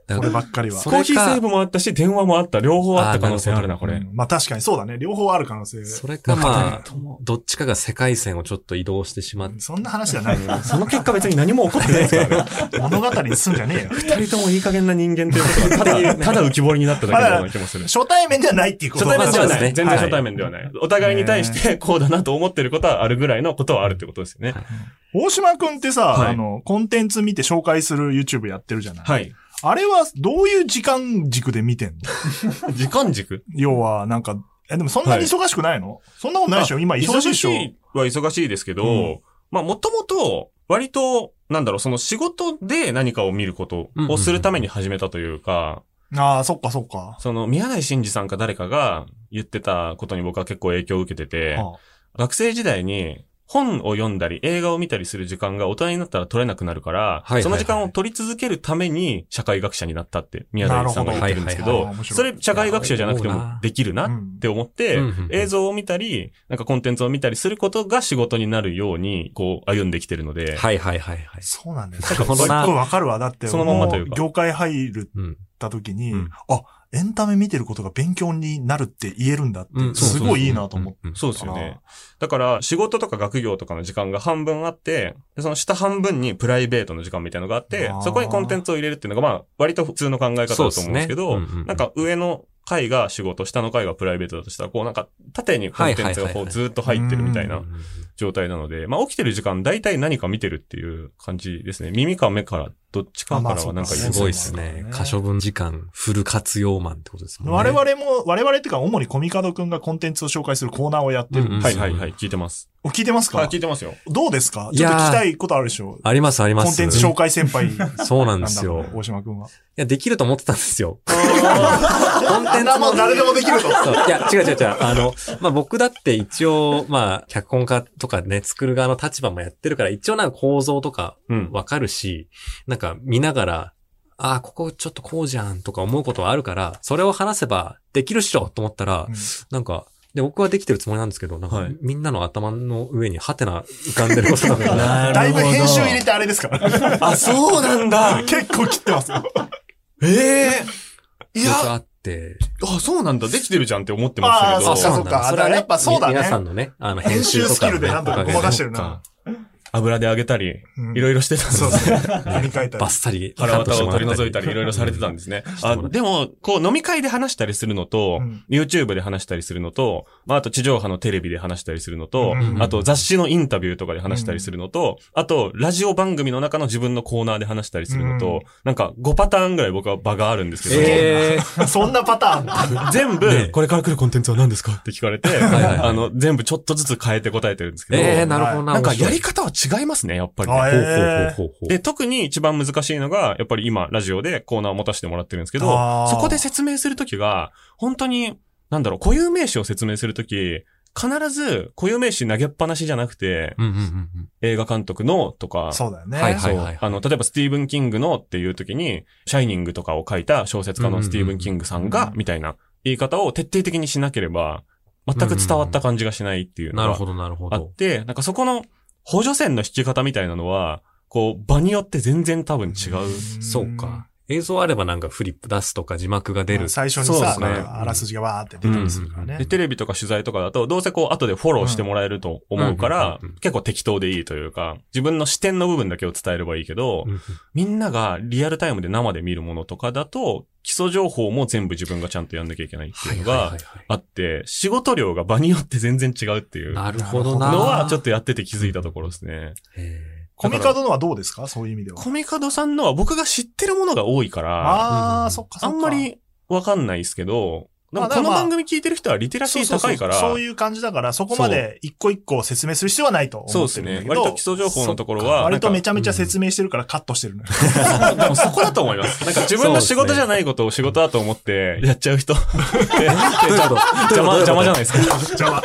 [SPEAKER 2] だ
[SPEAKER 1] こ
[SPEAKER 2] か
[SPEAKER 1] れ
[SPEAKER 2] ら
[SPEAKER 1] ばっかりは。
[SPEAKER 2] そ
[SPEAKER 3] コ
[SPEAKER 2] れか
[SPEAKER 3] ーヒーセーブもあったし、電話もあった。両方あった可能性あるな、こ
[SPEAKER 1] う
[SPEAKER 3] れ。
[SPEAKER 1] んまあ確かにそうだね。両方ある可能性。
[SPEAKER 2] それかまあ、どっちかが世界線をちょっと移動してしまって、
[SPEAKER 1] そんな話じゃないよ。
[SPEAKER 3] その結果別に何も起こってないですからね。
[SPEAKER 1] 物語にすんじゃねえよ。
[SPEAKER 3] 二人ともいい加減な人間ということが、ただ、ただ浮き彫りになっただけのような気もする。
[SPEAKER 1] 初対面ではないっていうこと
[SPEAKER 3] 初対面ではな
[SPEAKER 2] そ
[SPEAKER 3] い。
[SPEAKER 2] うですね
[SPEAKER 3] 全然
[SPEAKER 2] はい
[SPEAKER 3] 初対面ではない。お互いに対して、こうだなと思ってることはあるぐらいのことはあるってことですよね。
[SPEAKER 1] 大島くんってさ、
[SPEAKER 3] はい
[SPEAKER 1] あの、コンテンツ見て紹介する YouTube やってるじゃない、
[SPEAKER 3] はい。
[SPEAKER 1] あれはどういう時間軸で見てんの
[SPEAKER 3] 時間軸
[SPEAKER 1] 要は、なんか、え、でもそんなに忙しくないの、そんなことないでしょ今忙しいでしょ
[SPEAKER 3] 忙しいは忙しいですけど、
[SPEAKER 1] うん
[SPEAKER 3] まあもともと、割と、なんだろう、その仕事で何かを見ることをするために始めたというか、
[SPEAKER 1] ああ、そっかそっか。
[SPEAKER 3] その宮台真司さんか誰かが言ってたことに僕は結構影響を受けてて、
[SPEAKER 1] あ
[SPEAKER 3] 学生時代に本を読んだり映画を見たりする時間が大人になったら取れなくなるから、
[SPEAKER 2] はいはいはい
[SPEAKER 3] その時間を取り続けるために社会学者になったって宮台さんが言ってるんですけ
[SPEAKER 1] なる
[SPEAKER 3] ど、
[SPEAKER 1] ほどはいはいはい面白い
[SPEAKER 3] それ社会学者じゃなくて
[SPEAKER 2] いや
[SPEAKER 3] もできるなって思って、
[SPEAKER 2] うんうんうん
[SPEAKER 3] 映像を見たり、なんかコンテンツを見たりすることが仕事になるように、こう歩んできてるので、
[SPEAKER 2] はいはいはいはい。
[SPEAKER 1] そうなんだよ。
[SPEAKER 2] なるほ
[SPEAKER 1] す
[SPEAKER 2] ど
[SPEAKER 1] っごい
[SPEAKER 2] な
[SPEAKER 1] わかるわ。だって、
[SPEAKER 3] そのまんまというか
[SPEAKER 1] も業界入る
[SPEAKER 2] うん。
[SPEAKER 1] った時に、
[SPEAKER 3] うん
[SPEAKER 1] あ、エンタメ見てることが勉強になるって言えるんだって、
[SPEAKER 2] うん
[SPEAKER 1] すごいいいなと思って。
[SPEAKER 2] うんうん
[SPEAKER 3] そうですよね。だから、仕事とか学業とかの時間が半分あって、でその下半分にプライベートの時間みたいなのがあって
[SPEAKER 1] あー、
[SPEAKER 3] そこにコンテンツを入れるっていうのが、まあ、割と普通の考え方だと思うんですけど、
[SPEAKER 2] そうですねうんうんうん
[SPEAKER 3] なんか上の階が仕事、下の階がプライベートだとしたら、こうなんか縦にコンテンツが
[SPEAKER 2] はいはいは
[SPEAKER 3] こ
[SPEAKER 2] いうはい
[SPEAKER 3] ずっと入ってるみたい
[SPEAKER 2] うんう
[SPEAKER 3] なん
[SPEAKER 2] うん
[SPEAKER 3] 状態なので、まあ起きてる時間大体何か見てるっていう感じですね。耳か目から、どっちかからはなんか
[SPEAKER 1] ま
[SPEAKER 3] 言
[SPEAKER 1] あ
[SPEAKER 2] す
[SPEAKER 3] う
[SPEAKER 2] ごいですね。可処分時間、フル活用マンってことですもんね。
[SPEAKER 1] 我々も、我々っていうか、主にコミカドくんがコンテンツを紹介するコーナーをやってるんですよ。
[SPEAKER 2] うん
[SPEAKER 3] はいはいはい、聞いてます。
[SPEAKER 1] お聞いてます
[SPEAKER 3] あ、
[SPEAKER 1] か
[SPEAKER 3] 聞いてますよ。
[SPEAKER 1] どうですか
[SPEAKER 2] い
[SPEAKER 1] ちょ
[SPEAKER 2] や
[SPEAKER 1] っ
[SPEAKER 2] ー
[SPEAKER 1] と聞きたいことあるでしょ
[SPEAKER 2] ありますありま
[SPEAKER 1] コ
[SPEAKER 2] す。
[SPEAKER 1] ンテンツ紹介先 輩
[SPEAKER 2] そう
[SPEAKER 1] なん
[SPEAKER 2] な
[SPEAKER 1] ん
[SPEAKER 2] で
[SPEAKER 1] だ
[SPEAKER 2] す
[SPEAKER 1] ろ
[SPEAKER 2] よ。
[SPEAKER 1] う、大島くんは。
[SPEAKER 2] いや、できると思ってたんですよ。
[SPEAKER 1] コンテンツも誰でもできると。
[SPEAKER 2] そういや、違う違う違う。あの、まあ、僕だって一応、まあ、脚本家とかね、作る側の立場もやってるから、一応なんか構造とか
[SPEAKER 3] うん。
[SPEAKER 2] わかるし、なんか見ながら、ああ、ここちょっとこうじゃんとか思うことはあるから、それを話せばできるっしょと思ったら、なんか、で、僕はできてるつもりなんですけど、なんか、
[SPEAKER 3] はい
[SPEAKER 2] みんなの頭の上にハテナ浮かんでることだから、
[SPEAKER 4] な
[SPEAKER 1] だ
[SPEAKER 4] る
[SPEAKER 1] い
[SPEAKER 4] ほ
[SPEAKER 1] ぶ
[SPEAKER 4] ど。
[SPEAKER 1] 編集入れてあれです から。
[SPEAKER 3] あ、そうな んだ
[SPEAKER 1] 結構切ってますよ。
[SPEAKER 3] ええー い
[SPEAKER 2] よ
[SPEAKER 3] や
[SPEAKER 2] くあって、
[SPEAKER 3] あ、そうなんだ。できてるじゃんって思ってましたけど。
[SPEAKER 1] あーそうか
[SPEAKER 2] なんだ
[SPEAKER 1] そっか
[SPEAKER 2] れは
[SPEAKER 1] やっぱそうだね
[SPEAKER 2] 皆さんのね、あの、
[SPEAKER 1] 編
[SPEAKER 2] 編
[SPEAKER 1] 集
[SPEAKER 2] 集と
[SPEAKER 1] スキ
[SPEAKER 2] か
[SPEAKER 1] ル
[SPEAKER 2] の
[SPEAKER 1] で
[SPEAKER 2] ね、
[SPEAKER 1] なんとか
[SPEAKER 2] おかげ
[SPEAKER 1] ごま
[SPEAKER 2] で
[SPEAKER 1] かしてるな。
[SPEAKER 3] 油で揚げたり、
[SPEAKER 1] うん
[SPEAKER 3] いろいろしてたんです
[SPEAKER 1] そう
[SPEAKER 3] ね。
[SPEAKER 1] そう。何書いた
[SPEAKER 2] バッ
[SPEAKER 1] ら。
[SPEAKER 2] サリ
[SPEAKER 3] 腹渡を取り除いたり、い
[SPEAKER 2] い
[SPEAKER 3] ろいろされてたんですね。
[SPEAKER 2] して
[SPEAKER 3] あ
[SPEAKER 2] もらって
[SPEAKER 3] でも、こう飲み会で話したりするのと、
[SPEAKER 1] うん
[SPEAKER 3] YouTube で話したりするのと、まあ、あと地上波のテレビで話したりするのと、
[SPEAKER 1] うん
[SPEAKER 3] あと雑誌のインタビューとかで話したりするのと、あとラジオ番組の中の自分のコーナーで話したりするのと、
[SPEAKER 1] うん
[SPEAKER 3] なんか5パターンぐらい僕は場があるんですけど、
[SPEAKER 2] ええ
[SPEAKER 1] そんなパター ンあんだ。
[SPEAKER 3] 全
[SPEAKER 2] ね
[SPEAKER 3] 部
[SPEAKER 2] え、
[SPEAKER 3] これから来るコンテンツは何ですかって聞かれて、
[SPEAKER 2] いはいはい
[SPEAKER 3] あの、全部ちょっとずつ変えて答えてるんですけ
[SPEAKER 2] え
[SPEAKER 3] ど、
[SPEAKER 2] えなるほどな。
[SPEAKER 3] なんかやり
[SPEAKER 2] 方
[SPEAKER 3] 方は違いますね、やっぱりね、
[SPEAKER 1] あええ
[SPEAKER 2] ほうほうほうほう。
[SPEAKER 3] で、特に一番難しいのが、やっぱり今、ラジオでコーナーを持たせてもらってるんですけど
[SPEAKER 1] あー、
[SPEAKER 3] そこで説明するときが、本当に、なんだろう、固有名詞を説明するとき、必ず固有名詞投げっぱなしじゃなくて、
[SPEAKER 2] うんうんうん
[SPEAKER 3] 映画監督のとか、
[SPEAKER 1] そうだよね。
[SPEAKER 2] はいはい。
[SPEAKER 3] そうあの、例えばスティーブン・キングのっていうときに、シャイニングとかを書いた小説家のスティーブン・キングさん
[SPEAKER 1] うんうん
[SPEAKER 3] が
[SPEAKER 1] う、ん
[SPEAKER 3] みたいな言い方を徹底的にしなければ、全く伝わった感じがしないっていううんの
[SPEAKER 2] なる
[SPEAKER 3] が
[SPEAKER 2] ほど、なるほ
[SPEAKER 3] あっ
[SPEAKER 2] ど。
[SPEAKER 3] て、なんかそこの補助線の引き方みたいなのは、こう、場によって全然多分違う。
[SPEAKER 2] そうか。映像あればなんかフリップ出すとか字幕が出る。
[SPEAKER 1] 最初に
[SPEAKER 3] そうで
[SPEAKER 1] さ、
[SPEAKER 3] すね
[SPEAKER 1] なんかあらすじがわーって出たりするからね。
[SPEAKER 3] で、テレビとか取材とかだと、どうせこう、後でフォローしてもらえると思うか
[SPEAKER 2] うん
[SPEAKER 3] ら
[SPEAKER 2] うんうんうん、
[SPEAKER 3] 結構適当でいいというか、自分の視点の部分だけを伝えればいいけど
[SPEAKER 2] う、んうん
[SPEAKER 3] みんながリアルタイムで生で見るものとかだと、基礎情報も全部自分がちゃんとやんなきゃいけないって
[SPEAKER 2] はい
[SPEAKER 3] いうの
[SPEAKER 2] はいは
[SPEAKER 3] が
[SPEAKER 2] いはい。
[SPEAKER 3] あって、仕事量が場によって全然違うっていうの
[SPEAKER 2] なるほどな。
[SPEAKER 3] は、ちょっとやってて気づいたところですね。
[SPEAKER 2] へ
[SPEAKER 1] コミカドのはどうですかそういう意味では。
[SPEAKER 3] コミカドさんのは僕が知ってるものが多いか
[SPEAKER 1] あ
[SPEAKER 3] ら、
[SPEAKER 2] う
[SPEAKER 1] あ、
[SPEAKER 2] ん
[SPEAKER 1] そっかそ
[SPEAKER 3] あ
[SPEAKER 1] っか。
[SPEAKER 3] んまりわかんないですけど、で
[SPEAKER 1] まあ
[SPEAKER 3] も
[SPEAKER 1] だか
[SPEAKER 3] こ
[SPEAKER 1] ら
[SPEAKER 3] の
[SPEAKER 1] まあ
[SPEAKER 3] 番組聞いてる人はリテラシー高いから、
[SPEAKER 1] そうそうそうそういう感じだから、そこまで一個一個説明する必要はないと思
[SPEAKER 3] そう
[SPEAKER 1] っ
[SPEAKER 3] です
[SPEAKER 1] てるんだ
[SPEAKER 3] ね
[SPEAKER 1] け。ど。
[SPEAKER 3] 割と基礎情報のところは、
[SPEAKER 1] 割と
[SPEAKER 3] なん
[SPEAKER 1] め
[SPEAKER 3] か
[SPEAKER 1] ちゃめちゃ説明してるからカットしてるのよ。
[SPEAKER 3] でもそこだと思います。なんか自分の仕事じゃないことを仕事だと思ってやっちゃう 人。で
[SPEAKER 2] ーどういうこと
[SPEAKER 3] 邪魔、邪魔じゃない
[SPEAKER 2] い
[SPEAKER 3] ですか。
[SPEAKER 1] じゃあ、